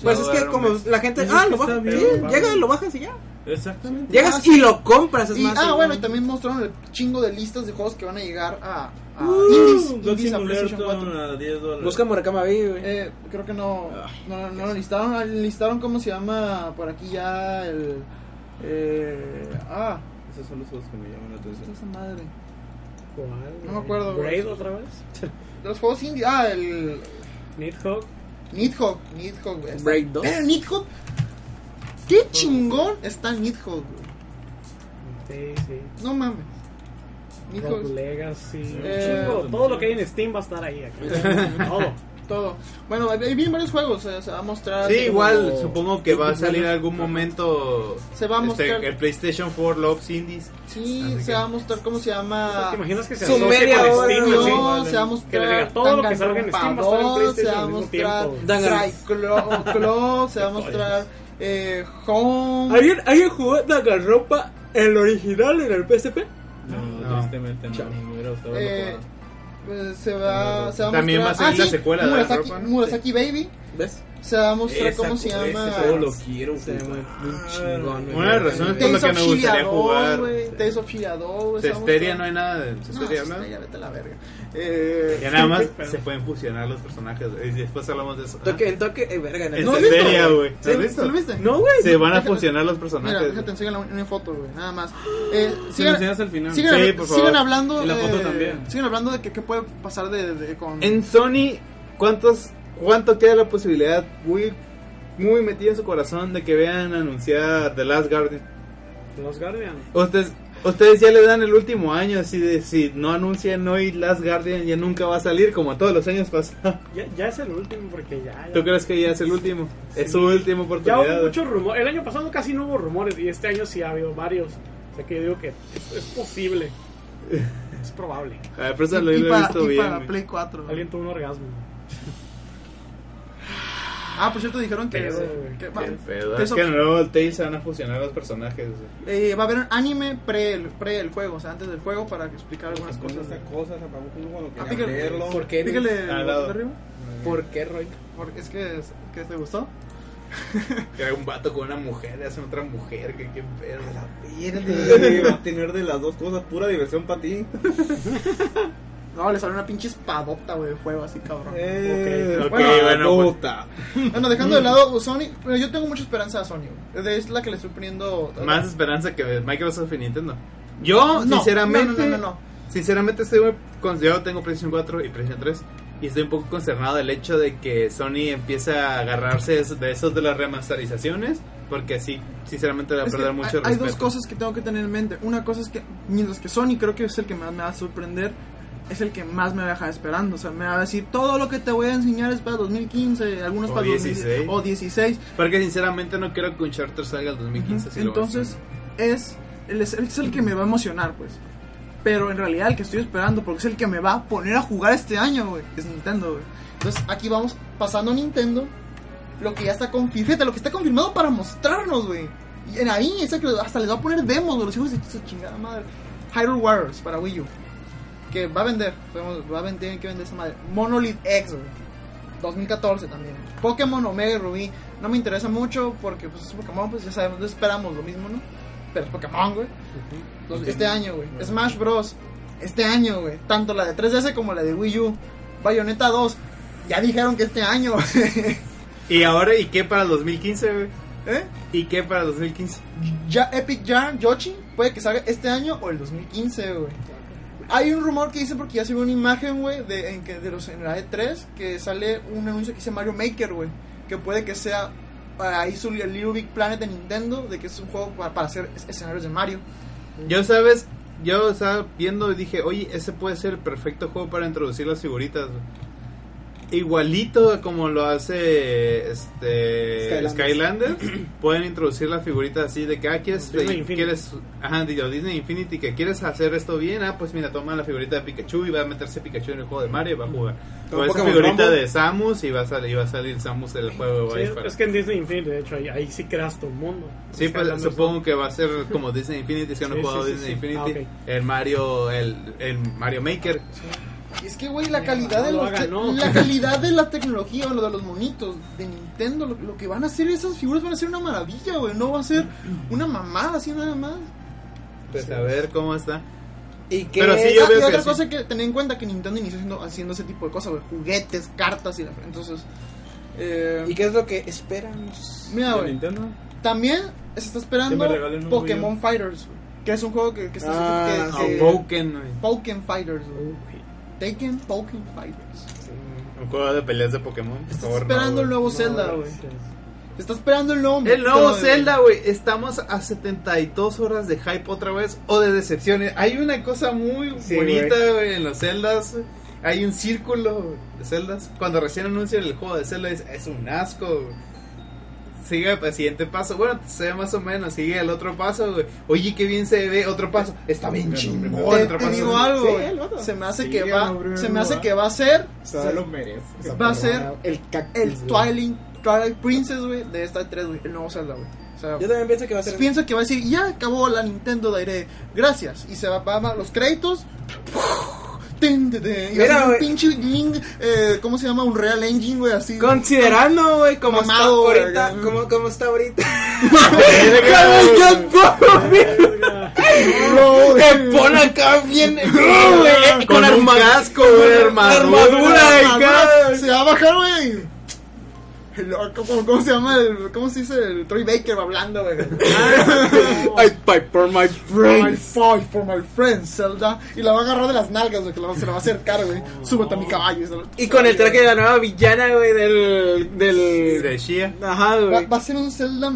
Speaker 3: Pues
Speaker 1: Va a
Speaker 3: es
Speaker 1: durar
Speaker 3: que
Speaker 1: un
Speaker 3: como
Speaker 1: mes.
Speaker 3: la gente,
Speaker 4: Pues es
Speaker 3: ah,
Speaker 4: que
Speaker 3: lo
Speaker 4: está
Speaker 3: bajas,
Speaker 4: bien,
Speaker 3: sí,
Speaker 4: lo bajas.
Speaker 3: llegas, lo bajas y ya.
Speaker 4: Exactamente.
Speaker 3: Llegas y lo compras, es
Speaker 2: Ah, y-
Speaker 3: más.
Speaker 2: ah,
Speaker 3: sí,
Speaker 2: bueno, y
Speaker 3: güey.
Speaker 2: también mostraron el chingo de listas de juegos que van a llegar a, a
Speaker 4: Uh,
Speaker 2: indies,
Speaker 4: God
Speaker 2: indies a
Speaker 4: Simulator
Speaker 2: PlayStation 4.
Speaker 4: a 10 dólares.
Speaker 3: Busca Murakama Baby, güey.
Speaker 2: Eh, creo que no, no, no lo listaron, ah, listaron cómo se llama por aquí ya el... Eh, ah,
Speaker 4: Esos son los juegos que me llaman la
Speaker 2: esta
Speaker 4: atención.
Speaker 2: es la madre.
Speaker 5: ¿Cuál,
Speaker 2: No
Speaker 5: güey?
Speaker 2: me acuerdo, güey.
Speaker 5: Braid otra vez.
Speaker 2: Los juegos indie, ah, el...
Speaker 5: Nidhogg.
Speaker 2: Nidhogg, Nidhogg, güey.
Speaker 3: Break 2.
Speaker 2: Pero Nidhogg, Eh, qué chingón está Nidhogg, güey.
Speaker 5: Sí, sí.
Speaker 2: No mames. Nidhogg.
Speaker 5: Rogue Legacy.
Speaker 2: Eh,
Speaker 5: Chingo, todo lo que hay en Steam va a estar ahí. aquí. Todo.
Speaker 2: Todo. Bueno, ahí vienen varios juegos. eh, se va a mostrar.
Speaker 1: Sí,
Speaker 2: como-
Speaker 1: igual, supongo que va a
Speaker 5: Ujú.
Speaker 1: salir algún momento
Speaker 2: Se va a
Speaker 1: este,
Speaker 2: mostrar.
Speaker 1: el PlayStation 4 Loves Indies.
Speaker 2: Sí,
Speaker 1: Así
Speaker 2: se
Speaker 1: que-
Speaker 2: va a mostrar cómo se
Speaker 5: ¿Te
Speaker 2: llama.
Speaker 5: imaginas que se
Speaker 3: Su
Speaker 5: asocie
Speaker 3: media
Speaker 5: con
Speaker 3: hora,
Speaker 5: Steam?
Speaker 2: No,
Speaker 5: así?
Speaker 3: sí,
Speaker 2: se va a mostrar.
Speaker 5: Que le diga, todo lo que salga en Steam va a estar en
Speaker 2: Danganronpa
Speaker 5: PlayStation al mismo
Speaker 2: se va a
Speaker 5: tiempo.
Speaker 2: mostrar.
Speaker 3: Dangan-
Speaker 2: Cry Claw, se va a mostrar. Eh, Home.
Speaker 3: ¿Alguien, ¿Alguien jugó Danganronpa el original en el PSP?
Speaker 4: No,
Speaker 1: No.
Speaker 4: tristemente no. Me hubiera gustado
Speaker 2: Eh,
Speaker 4: verlo
Speaker 2: eh, se va, se va a
Speaker 1: También va a
Speaker 2: mostrar. ah,
Speaker 1: salir la
Speaker 2: sí,
Speaker 1: secuela de
Speaker 2: Murasaki,
Speaker 1: Danganronpa, ¿no?
Speaker 2: Murasaki Baby.
Speaker 3: ¿Ves?
Speaker 2: Se va a
Speaker 4: jugado.
Speaker 2: mostrar
Speaker 4: Esa
Speaker 2: cómo se
Speaker 4: cosa,
Speaker 2: llama.
Speaker 4: Ese juego lo quiero
Speaker 3: Se ve muy
Speaker 4: jugar.
Speaker 3: chingón, güey.
Speaker 1: Una de las razones por las
Speaker 2: Tales
Speaker 1: que
Speaker 2: of
Speaker 1: me gustaría
Speaker 2: Shirado,
Speaker 1: jugar.
Speaker 2: güey, Tales of Shirado, güey, se va a
Speaker 1: Cesteria no
Speaker 2: mostrar-
Speaker 1: hay nada de Cesteria,
Speaker 2: Pues No,
Speaker 1: ¿no?
Speaker 2: Cesteria, vete a la verga. Eh,
Speaker 1: Ya nada más
Speaker 5: Qué pedo.
Speaker 1: se pueden fusionar los personajes. Y después hablamos de eso.
Speaker 3: Toque, en toque, eh, verga,
Speaker 1: En
Speaker 3: no.
Speaker 2: has visto,
Speaker 1: Cesteria, güey.
Speaker 2: ¿Sí?
Speaker 1: ¿Has visto?
Speaker 2: ¿Lo viste?
Speaker 3: No, güey.
Speaker 1: Se van a
Speaker 2: Déjate-
Speaker 1: fusionar los
Speaker 2: Mira,
Speaker 1: personajes.
Speaker 2: déjate, enseñan una foto, güey, nada más. Eh,
Speaker 4: Se lo
Speaker 2: sigan,
Speaker 4: enseñas al final.
Speaker 2: sigan,
Speaker 1: Sí, por favor.
Speaker 2: sigan hablando.
Speaker 4: Y la foto
Speaker 2: eh,
Speaker 4: también.
Speaker 2: Sigan hablando de que qué puede pasar de, de- con.
Speaker 1: En Sony, ¿cuántos, ¿cuánto queda la posibilidad muy, muy metida en su corazón de que vean anunciar The Last Guardian?
Speaker 5: Los Guardian.
Speaker 1: Ustedes, ustedes ya le dan el último año, así de si no anuncian hoy Last Guardian ya nunca va a salir como todos los años pasados.
Speaker 5: Ya, ya es el último porque ya. ya-
Speaker 1: ¿Tú crees que ya es el último? Es
Speaker 5: Sí.
Speaker 1: su última
Speaker 5: Ya
Speaker 1: oportunidad.
Speaker 5: hubo muchos rumores. El año pasado casi no hubo rumores y este año sí ha habido varios. O sea que yo digo que es, es posible. Es probable.
Speaker 1: A ver, pero eso lo
Speaker 2: y,
Speaker 1: he
Speaker 2: para,
Speaker 1: visto
Speaker 2: y
Speaker 1: bien.
Speaker 2: para
Speaker 1: güey.
Speaker 2: Play 4. güey.
Speaker 5: Alguien tuvo un orgasmo.
Speaker 2: Ah, por cierto, dijeron que.
Speaker 5: Eso, güey.
Speaker 2: que
Speaker 5: Qué
Speaker 2: va,
Speaker 1: Qué pedo, Es
Speaker 2: eso-
Speaker 1: que en el nuevo Tales se van a fusionar los personajes. güey.
Speaker 2: eh, va a haber un anime pre el, pre el juego, o sea, antes del juego para explicar algunas
Speaker 4: Las
Speaker 2: cosas.
Speaker 4: cosas,
Speaker 2: güey.
Speaker 4: esas cosas, apagó como cuando
Speaker 2: Ah,
Speaker 4: quería
Speaker 2: fíjate.
Speaker 4: verlo.
Speaker 3: ¿Por qué?
Speaker 2: Pícale
Speaker 1: Al
Speaker 2: el
Speaker 1: lado.
Speaker 2: botón de arriba.
Speaker 3: ¿Por qué, Roy?
Speaker 2: Porque es que, es que te gustó.
Speaker 1: Que hay un vato con una mujer, le hacen otra mujer, que qué pedo.
Speaker 4: Mierda, va a tener de las dos cosas pura diversión para ti.
Speaker 2: No, le salió una pinche espadota, güey, de fuego así, cabrón.
Speaker 5: Eh,
Speaker 1: Ok,
Speaker 2: bueno,
Speaker 1: bueno, pues,
Speaker 2: Bueno, dejando de lado Sony, pero yo tengo mucha esperanza a Sony, güey. Es la que le estoy poniendo. eh,
Speaker 1: más esperanza que Microsoft y Nintendo. Yo,
Speaker 2: No,
Speaker 1: sinceramente,
Speaker 2: no, no, no, no.
Speaker 1: sinceramente estoy muy con- yo tengo PlayStation 4 y PlayStation 3 y estoy un poco concernado del hecho de que Sony empiece a agarrarse de esos- de esos de las remasterizaciones, porque así, sinceramente, le va a
Speaker 2: Es que
Speaker 1: perder mucho
Speaker 2: hay,
Speaker 1: respeto.
Speaker 2: hay dos cosas que tengo que tener en mente. Una cosa es que, mientras que Sony creo que es el que más me va a sorprender, es el que más me va a dejar esperando. O sea, me va a decir, todo lo que te voy a enseñar es para 2015, algunos
Speaker 1: O
Speaker 2: para
Speaker 1: 16.
Speaker 2: 2016 o 16.
Speaker 1: Porque sinceramente no quiero que un charter salga el 2015. si lo van a hacer.
Speaker 2: Entonces, es el, es, es el que me va a emocionar, pues. Pero en realidad el que estoy esperando, porque es el que me va a poner a jugar este año, güey, es Nintendo, güey. Entonces, aquí vamos pasando a Nintendo. Lo que ya está confirmado, fíjate, lo que está confirmado para mostrarnos, güey. Y en ahí, esa que hasta les va a poner demos, güey, los hijos de su chingada madre. Hyrule Warriors para Wii U. Que va a vender, podemos- va a vender, tienen que vender esa madre. Monolith X, güey. 2014 también. Pokémon Omega y Rubí no me interesa mucho porque pues es Pokémon, pues ya sabemos, no esperamos lo mismo, ¿no? Pero es Pokémon, güey. Los- Este año, güey. Smash Bros. Este año, güey. Tanto la de 3DS como la de Wii U. Bayonetta 2. Ya dijeron que este año.
Speaker 1: ¿Y ahora y qué para el 2015, güey?
Speaker 2: ¿Eh?
Speaker 1: ¿Y qué para el 2015?
Speaker 2: Ya Epic Yarn Yoshi puede que salga este año o el 2015, güey. Hay un rumor que dice porque ya se ve una imagen, güey, de, en que de los en la E3 que sale un anuncio que dice Mario Maker, güey, que puede que sea para ahí su Little Big Planet de Nintendo, de que es un juego pa- para, hacer es- escenarios de Mario.
Speaker 1: Yo sabes, yo estaba viendo y dije, oye, ese puede ser el perfecto juego para introducir las figuritas. Igualito a como lo hace este
Speaker 6: Skylanders.
Speaker 1: Skylanders, pueden introducir las figuritas así de que ah, quieres,
Speaker 5: Disney
Speaker 1: de-
Speaker 5: Infinity.
Speaker 1: quieres ajá, digo, Disney Infinity que quieres hacer esto bien, ah, pues mira, toma la figurita de Pikachu y va a meterse Pikachu en el juego de Mario y va a jugar.
Speaker 6: Toma
Speaker 1: O esa
Speaker 6: Pokémon
Speaker 1: figurita
Speaker 6: Rumble.
Speaker 1: de Samus y va a salir, y va a salir Samus del juego. y va a
Speaker 5: Sí, es-
Speaker 1: disparar.
Speaker 5: es que en Disney Infinity, de hecho, ahí, ahí sí creas tu mundo.
Speaker 1: Sí, pues
Speaker 5: Skylanders,
Speaker 1: supongo que va a ser como Disney Infinity, si han
Speaker 5: Sí,
Speaker 1: jugado
Speaker 5: sí, sí,
Speaker 1: Disney
Speaker 5: sí.
Speaker 1: Infinity,
Speaker 5: Ah, ok.
Speaker 1: el Mario, el, el Mario Maker.
Speaker 2: Y es que, güey, la calidad,
Speaker 5: no
Speaker 2: de
Speaker 5: lo
Speaker 2: los
Speaker 5: hagan,
Speaker 2: te-
Speaker 5: no.
Speaker 2: la calidad de la tecnología, lo de los monitos de Nintendo, lo, lo que van a hacer esas figuras van a ser una maravilla, güey, no va a ser una mamada así nada más.
Speaker 1: Pues a ver cómo está.
Speaker 6: ¿Y qué
Speaker 1: Pero sí,
Speaker 6: es?
Speaker 1: yo
Speaker 2: Ah,
Speaker 1: veo
Speaker 2: y
Speaker 1: que
Speaker 2: otra
Speaker 1: sí.
Speaker 2: cosa que tener en cuenta que Nintendo inició haciendo, haciendo ese tipo de cosas, güey, juguetes, cartas y la entonces eh,
Speaker 6: ¿Y qué es lo que esperamos?
Speaker 2: mira,
Speaker 4: ¿De
Speaker 2: güey,
Speaker 4: Nintendo?
Speaker 2: también se está esperando
Speaker 4: Que me regalen un
Speaker 2: Pokémon Fighters, güey, que es un juego que, que está
Speaker 6: Ah,
Speaker 2: que, que-
Speaker 1: Awoken, güey.
Speaker 2: Pokémon Fighters, güey.
Speaker 5: güey.
Speaker 2: Taken Pokémon Fighters.
Speaker 1: un juego de peleas de Pokémon. por
Speaker 2: Estás
Speaker 1: favor,
Speaker 2: esperando
Speaker 1: no,
Speaker 2: el nuevo
Speaker 1: güey.
Speaker 2: Zelda, güey.
Speaker 5: Sí.
Speaker 2: Estás esperando el nuevo
Speaker 1: El nuevo
Speaker 2: Metroid,
Speaker 1: Zelda, güey. Estamos a 72 horas de hype otra vez o de decepciones. Hay una cosa muy
Speaker 6: Sí,
Speaker 1: bonita, güey, en los Zeldas. Hay un círculo de Zeldas. Cuando recién anuncian el juego de Zelda, es, es un asco, güey. Sigue el siguiente paso. Bueno, se ve más o menos. Sigue el otro paso, güey. Oye, qué bien se ve. Otro paso. Está bien chingón.
Speaker 2: Te,
Speaker 1: Otro
Speaker 2: te
Speaker 1: paso.
Speaker 2: digo algo,
Speaker 6: Sí,
Speaker 2: güey.
Speaker 6: el vato.
Speaker 2: se me hace
Speaker 4: Sí,
Speaker 2: que va,
Speaker 4: hombre,
Speaker 2: se me
Speaker 4: no
Speaker 2: hace
Speaker 4: va.
Speaker 2: que va a ser
Speaker 6: Se lo
Speaker 4: merece.
Speaker 2: va a ser
Speaker 4: ¿eh?
Speaker 6: El cactus.
Speaker 2: el Twilight, Twilight Princess, güey, de esta 3, güey, el nuevo Zelda, güey. O sea,
Speaker 6: Yo también pienso que va a ser.
Speaker 2: piensa que va a decir, ya acabó la Nintendo Direct, gracias. Y se va, va- va- los créditos. Tin, tin, tin. Y va a
Speaker 6: Mira,
Speaker 2: ser un
Speaker 6: güey.
Speaker 2: pinche link, eh, ¿cómo se llama? Un Real Engine, güey, así.
Speaker 6: Considerando, güey, cómo está
Speaker 2: Mamado, güey,
Speaker 6: ahorita.
Speaker 2: acá.
Speaker 6: Cómo, cómo está ahorita.
Speaker 2: No, güey.
Speaker 6: Te pone acá bien. No, güey.
Speaker 1: Con un casco, güey, armadura.
Speaker 6: armadura,
Speaker 2: Ah,
Speaker 6: güey.
Speaker 2: güey, Se va a bajar, güey. El- ¿Cómo, ¿Cómo se llama? El, ¿Cómo se dice? El Troy Baker va hablando, güey.
Speaker 6: I fight for my
Speaker 2: My
Speaker 6: friends.
Speaker 2: fight for my friends, Zelda. Y la va a agarrar de las nalgas, güey, que la va- se la va a acercar, güey. Súbete a mi caballo. se la-
Speaker 6: Y con el traje de la nueva villana, güey, del. del.
Speaker 1: De Shia.
Speaker 6: Ajá,
Speaker 2: Va,
Speaker 6: güey.
Speaker 2: va a ser un Zelda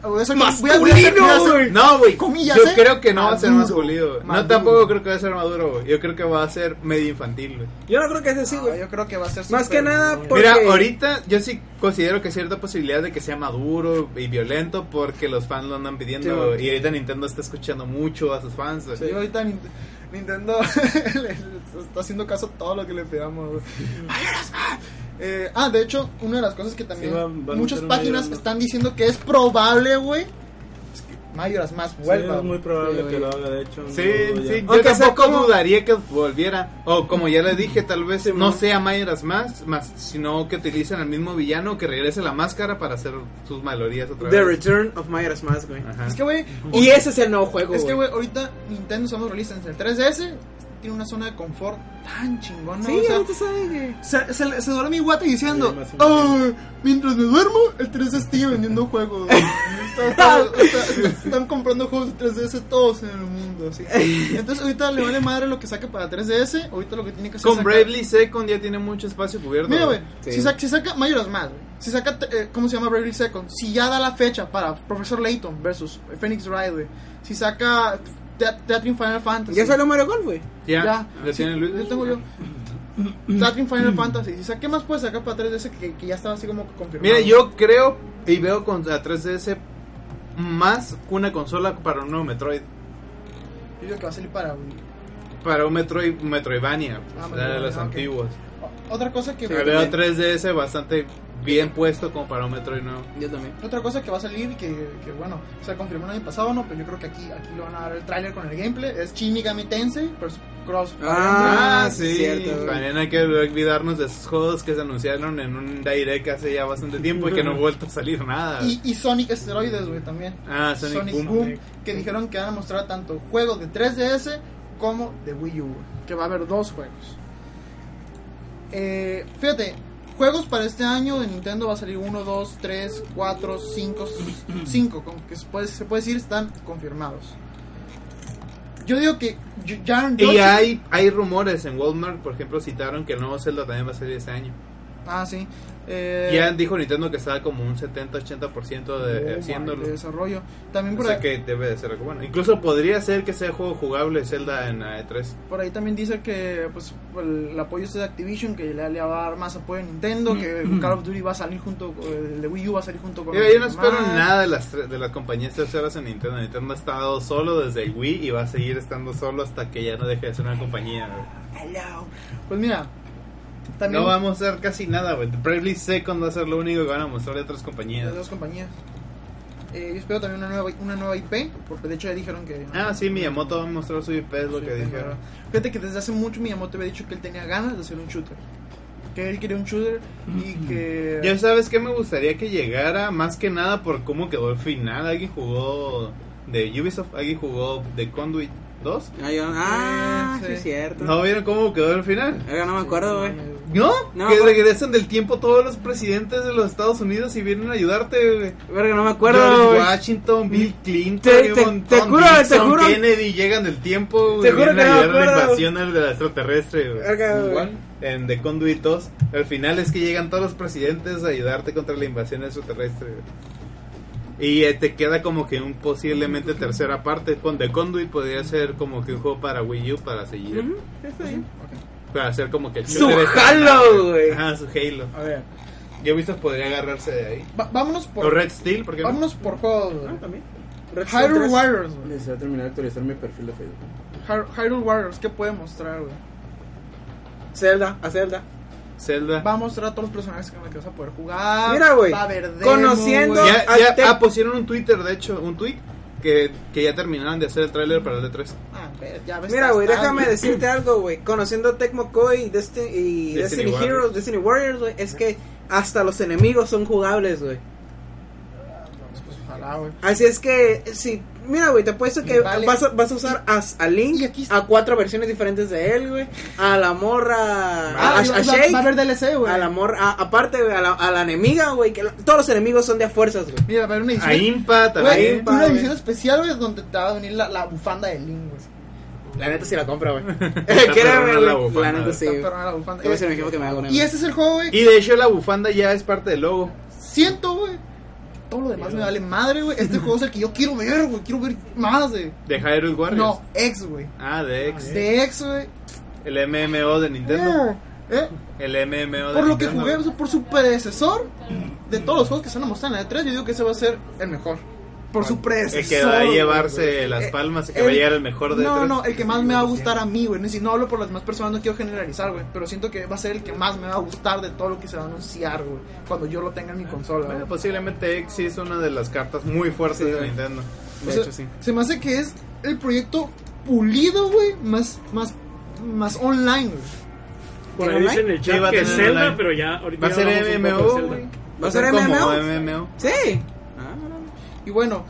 Speaker 2: voy a hacer- voy a hacer- voy a
Speaker 6: Masculino,
Speaker 2: hacer-
Speaker 6: güey.
Speaker 1: No, güey.
Speaker 2: Comillas,
Speaker 1: Yo
Speaker 2: ¿eh?
Speaker 1: creo que no va a ser más
Speaker 2: Maduro.
Speaker 1: pulido. No,
Speaker 2: Maduro.
Speaker 1: tampoco creo que va a ser maduro, güey. Yo creo que va a ser medio infantil, güey.
Speaker 6: Yo no creo que sea
Speaker 3: Ah,
Speaker 6: así,
Speaker 2: No,
Speaker 6: güey.
Speaker 2: yo creo que va a ser
Speaker 6: Más
Speaker 2: súper-
Speaker 6: que nada, porque.
Speaker 1: Mira, ahorita yo sí considero que hay cierta posibilidad de que sea maduro y violento porque los fans lo andan
Speaker 6: Sí,
Speaker 1: pidiendo.
Speaker 6: güey.
Speaker 1: y ahorita Nintendo está escuchando mucho a sus fans. güey.
Speaker 2: Sí, ahorita Nin- Nintendo le- le está haciendo caso a todo lo que le pidamos. güey. Eh, ah, de hecho, una de las cosas que también
Speaker 4: Sí, van- van a
Speaker 2: muchas
Speaker 4: meter un
Speaker 2: páginas
Speaker 4: Majora's Mask.
Speaker 2: están diciendo que es probable, güey. es que Majora's más vuelva.
Speaker 4: es muy
Speaker 2: güey.
Speaker 4: probable
Speaker 2: Sí,
Speaker 4: que lo
Speaker 2: güey.
Speaker 4: haga, de hecho.
Speaker 1: Sí,
Speaker 4: no, ya.
Speaker 1: sí, yo
Speaker 6: Aunque sea
Speaker 1: tampoco
Speaker 6: como-
Speaker 1: dudaría que volviera. O como ya le dije, tal vez no sea Mayoras más, más, sino que utilicen al mismo villano que regrese la máscara para hacer sus malorías otra
Speaker 6: The
Speaker 1: vez.
Speaker 6: Return of Majora's Mask, güey.
Speaker 1: Ajá.
Speaker 2: Es que, güey,
Speaker 6: Y ese es el nuevo juego.
Speaker 2: es que, güey, ahorita Nintendo somos realistas. El 3DS tiene una zona de confort tan chingona.
Speaker 3: sí,
Speaker 2: o sea,
Speaker 3: ahorita sabe que.
Speaker 2: se, se, le- se duerme mi guata diciendo,
Speaker 4: Sí, más o
Speaker 2: "Ay, mientras me duermo, el 3DS sigue vendiendo juegos. Está- está- está- están comprando juegos de 3DS todos en el mundo. sí. Entonces ahorita le vale madre lo que saque para 3DS, ahorita lo que tiene que hacer... es
Speaker 1: Con
Speaker 2: sacar-
Speaker 1: Bravely Second ya tiene mucho espacio cubierto.
Speaker 2: Mira, güey,
Speaker 3: Sí.
Speaker 2: si, saca, si saca Majora's Mask, güey, si saca, eh, ¿cómo se llama Bravely Second? Si ya da la fecha para Professor Layton versus Phoenix Wright, güey. Si saca Teat- Teatrin Final Fantasy.
Speaker 3: Ya salió Mario Golf, güey.
Speaker 1: Ya,
Speaker 2: Ya.
Speaker 1: lo tiene Luis.
Speaker 2: Yo tengo yo. Teatrin Final Fantasy. Si saca, ¿qué más puede sacar para 3DS que, que ya estaba así como confirmado?
Speaker 1: Mira, yo creo y veo con la 3DS más que una consola para un nuevo Metroid.
Speaker 2: Yo creo que va a salir para Wii.
Speaker 1: Para un Metroid, Metroidvania, pues,
Speaker 2: Ah,
Speaker 1: la de las
Speaker 2: Metroidvania, ok.
Speaker 1: antiguas.
Speaker 2: O- Otra cosa que
Speaker 1: Yo veo 3DS bastante bien puesto como para un Metroid nuevo.
Speaker 3: Yo también.
Speaker 2: otra cosa que va a salir y que, que, bueno, se confirmó el año pasado, no, pero yo creo que aquí aquí lo van a dar el tráiler con el gameplay, es Shin Megami Tensei versus Cross Fire
Speaker 3: Ah,
Speaker 1: Ah, sí.
Speaker 3: cierto, güey.
Speaker 1: También hay que olvidarnos de esos juegos que se anunciaron en un direct hace ya bastante tiempo y que no ha vuelto a salir nada.
Speaker 2: Emblem. y, y Sonic Steroides, güey, también.
Speaker 1: Ah, Sonic,
Speaker 2: Sonic,
Speaker 1: Boom.
Speaker 2: Boom, que dijeron que van a mostrar tanto juegos de 3DS como de Wii U, güey, que va a haber dos juegos. Eh, fíjate, juegos para este año de Nintendo va a salir 1, 2, 3, 4, 5, 5, que se puede, se puede decir están confirmados. Yo digo que y- ya
Speaker 1: Y
Speaker 2: Yoshi-
Speaker 1: hay, hay rumores en Walmart, por ejemplo, citaron que el nuevo Zelda también va a salir este año.
Speaker 2: Ah, sí. Eh,
Speaker 1: ya dijo Nintendo que estaba como un 70-80%
Speaker 2: oh
Speaker 1: de
Speaker 2: my,
Speaker 1: haciéndolo.
Speaker 2: de desarrollo. También
Speaker 1: O
Speaker 2: por,
Speaker 1: sea
Speaker 2: ahí,
Speaker 1: que debe de ser algo bueno. Incluso podría ser que sea juego jugable Zelda en la E E3.
Speaker 2: por ahí también dice que pues el, el apoyo este de Activision que le, le va a dar más apoyo a Nintendo, que Call of Duty va a salir junto el de Wii U va a salir junto con
Speaker 1: Mm, Mira,
Speaker 2: los
Speaker 1: yo no espero
Speaker 2: demás.
Speaker 1: nada de las, tre- de las compañías terceras en Nintendo. Nintendo ha estado solo desde el Wii y va a seguir estando solo hasta que ya no deje de ser una compañía. güey.
Speaker 2: Pues mira, también
Speaker 1: No vamos a ver casi nada, güey. Bravely Second va a ser lo único que van a mostrar de otras
Speaker 2: las
Speaker 1: compañías.
Speaker 2: dos compañías. Eh, yo espero también una nueva una nueva IP, porque de hecho ya dijeron que
Speaker 1: Ah, sí, Miyamoto va a mostrar su IP, es lo que dijeron.
Speaker 2: Fíjate que desde hace mucho Miyamoto había dicho que él tenía ganas de hacer un shooter. Que él quería un shooter
Speaker 1: Mm,
Speaker 2: y que
Speaker 1: Ya sabes que me gustaría que llegara más que nada por cómo quedó el final. Alguien jugó de Ubisoft, alguien jugó de Conduit 2.
Speaker 3: Ah, yo- ah,
Speaker 2: Sí,
Speaker 3: sí,
Speaker 2: sí.
Speaker 3: es cierto.
Speaker 1: ¿No vieron cómo quedó el final?
Speaker 3: Oiga, no me acuerdo, güey.
Speaker 2: Eh,
Speaker 1: No,
Speaker 3: No,
Speaker 1: que
Speaker 3: güey.
Speaker 1: regresan del tiempo todos los presidentes de los Estados Unidos y vienen a ayudarte. güey.
Speaker 3: Verga, no me acuerdo,
Speaker 1: George
Speaker 3: güey.
Speaker 1: Washington, Bill Clinton,
Speaker 3: Te-
Speaker 1: y un
Speaker 3: te-
Speaker 1: montón.
Speaker 3: te juro, te
Speaker 1: Nixon,
Speaker 3: juro.
Speaker 1: Kennedy llegan del tiempo. güey,
Speaker 3: Te juro
Speaker 1: vienen
Speaker 3: que
Speaker 1: a
Speaker 3: no me
Speaker 1: ayudar a la
Speaker 3: acuerdo.
Speaker 1: invasión al- de la extraterrestre. güey.
Speaker 3: Verga, güey.
Speaker 4: ¿Cuál?
Speaker 1: En The Conduit 2, al final es que llegan todos los presidentes a ayudarte contra la invasión extraterrestre. güey. Y eh, te queda como que un posiblemente tercera parte. Con The Conduit podría ser como que un juego para Wii U para seguir.
Speaker 3: Ujú, está bien.
Speaker 1: Para hacer como que el
Speaker 3: Su
Speaker 1: shooter este.
Speaker 3: Halo, güey.
Speaker 1: Ajá, su Halo.
Speaker 2: a ver,
Speaker 1: Yo he visto podría agarrarse de ahí.
Speaker 2: va- vámonos
Speaker 1: O
Speaker 2: por
Speaker 1: Red Steel, porque
Speaker 2: vámonos por juegos. güey.
Speaker 3: Ah,
Speaker 4: también.
Speaker 2: Hyrule Warriors, güey.
Speaker 4: Necesito terminar de actualizar mi perfil de Facebook.
Speaker 2: Hy- Hyrule Warriors, ¿qué puede mostrar, güey?
Speaker 3: Zelda, a Zelda.
Speaker 1: Zelda.
Speaker 2: Va a mostrar a todos los personajes con los que vas a poder jugar.
Speaker 3: Mira, güey,
Speaker 2: Va a haber demos,
Speaker 3: conociendo-
Speaker 2: güey.
Speaker 1: Ya,
Speaker 3: Ah,
Speaker 1: ya-
Speaker 3: te-
Speaker 1: ah, pusieron un Twitter, de hecho, un tweet que, que ya terminaron de hacer el tráiler para el D3.
Speaker 2: Ah, ve- ya ves,
Speaker 3: Mira,
Speaker 2: estás
Speaker 3: güei, déjame
Speaker 2: tarde.
Speaker 3: decirte algo, güey. Conociendo Tecmo Koi y Desti- y
Speaker 1: Destiny
Speaker 3: Destiny,
Speaker 1: Warriors.
Speaker 3: Heroes, Destiny Warriors, güey, es que hasta los enemigos son jugables, güey.
Speaker 2: pues, Ojalá, güey.
Speaker 3: Así es que, si, mira, güey, te apuesto que
Speaker 2: Vale.
Speaker 3: vas, a, vas a usar a, a Link,
Speaker 2: y aquí está-
Speaker 3: a cuatro versiones diferentes de él, güey. A la morra,
Speaker 2: Ah,
Speaker 3: a, a-
Speaker 2: va-
Speaker 3: a
Speaker 2: va-
Speaker 3: Shake,
Speaker 2: va a haber DLC, güey.
Speaker 3: a la morra, a- aparte, güey, a la, a la enemiga, güey. Que la- todos los enemigos son de a fuerzas, güey.
Speaker 2: Mira, va a haber una edición.
Speaker 1: A Impa
Speaker 2: güey,
Speaker 1: también.
Speaker 3: Impa,
Speaker 2: una
Speaker 3: güey.
Speaker 2: edición especial, güey, donde te va a venir la, la bufanda de Link, güey.
Speaker 3: La neta sí la compra, güey.
Speaker 1: Está
Speaker 3: Quiero
Speaker 1: perrona
Speaker 3: ver,
Speaker 1: la
Speaker 3: güey.
Speaker 1: bufanda,
Speaker 3: La neta
Speaker 1: güey.
Speaker 3: sí.
Speaker 2: Está
Speaker 3: güey.
Speaker 2: perrona la bufanda.
Speaker 3: Te voy a
Speaker 2: Eh,
Speaker 3: decir el ejemplo que me hago
Speaker 2: y ese es el juego, güey.
Speaker 1: Y de hecho la bufanda ya es parte del logo.
Speaker 2: Siento, güey. Todo lo demás me vale madre, güey. Este juego es el que yo quiero ver, güey. Quiero ver más, güey.
Speaker 1: De Hyrule Warriors.
Speaker 2: No, ex, güey.
Speaker 1: Ah, de X.
Speaker 2: De ex, güey.
Speaker 1: El MMO de Nintendo.
Speaker 2: Eh,
Speaker 1: El MMO de
Speaker 2: Por lo que
Speaker 1: Nintendo.
Speaker 2: jugué, o sea, por su predecesor, de todos los juegos que se han mostrado en la E3, yo digo que ese va a ser el mejor. Por su predecesor.
Speaker 1: El que va a
Speaker 2: pues, güey. Eh,
Speaker 1: llevarse las palmas, el que va a
Speaker 2: el-
Speaker 1: llegar el mejor de
Speaker 2: No,
Speaker 1: tres.
Speaker 2: no, el que más me va a gustar a mí, güey. Ni Si no hablo por las demás personas, no quiero generalizar, güey. Pero siento que va a ser el que más me va a gustar de todo lo que se va a anunciar, güey. Cuando yo lo tenga en mi consola, güey.
Speaker 1: Bueno, posiblemente X sí es una de las cartas muy fuertes de Nintendo.
Speaker 2: O sea, Se me hace que es el proyecto pulido, güey, más, más, más online, güey.
Speaker 5: Por ahí
Speaker 3: ¿Tiene
Speaker 5: dicen en el
Speaker 1: Sí,
Speaker 5: chat
Speaker 1: va a
Speaker 5: que
Speaker 1: tener
Speaker 5: Zelda,
Speaker 1: online.
Speaker 5: pero ya ahorita
Speaker 1: Va a
Speaker 5: ya
Speaker 1: ser
Speaker 5: hablamos un poco de
Speaker 1: MMO,
Speaker 5: Zelda.
Speaker 1: güey.
Speaker 3: ¿Va a ser
Speaker 1: como
Speaker 3: MMO?
Speaker 1: MMO.
Speaker 3: Sí. Ah, no, no.
Speaker 2: Y bueno,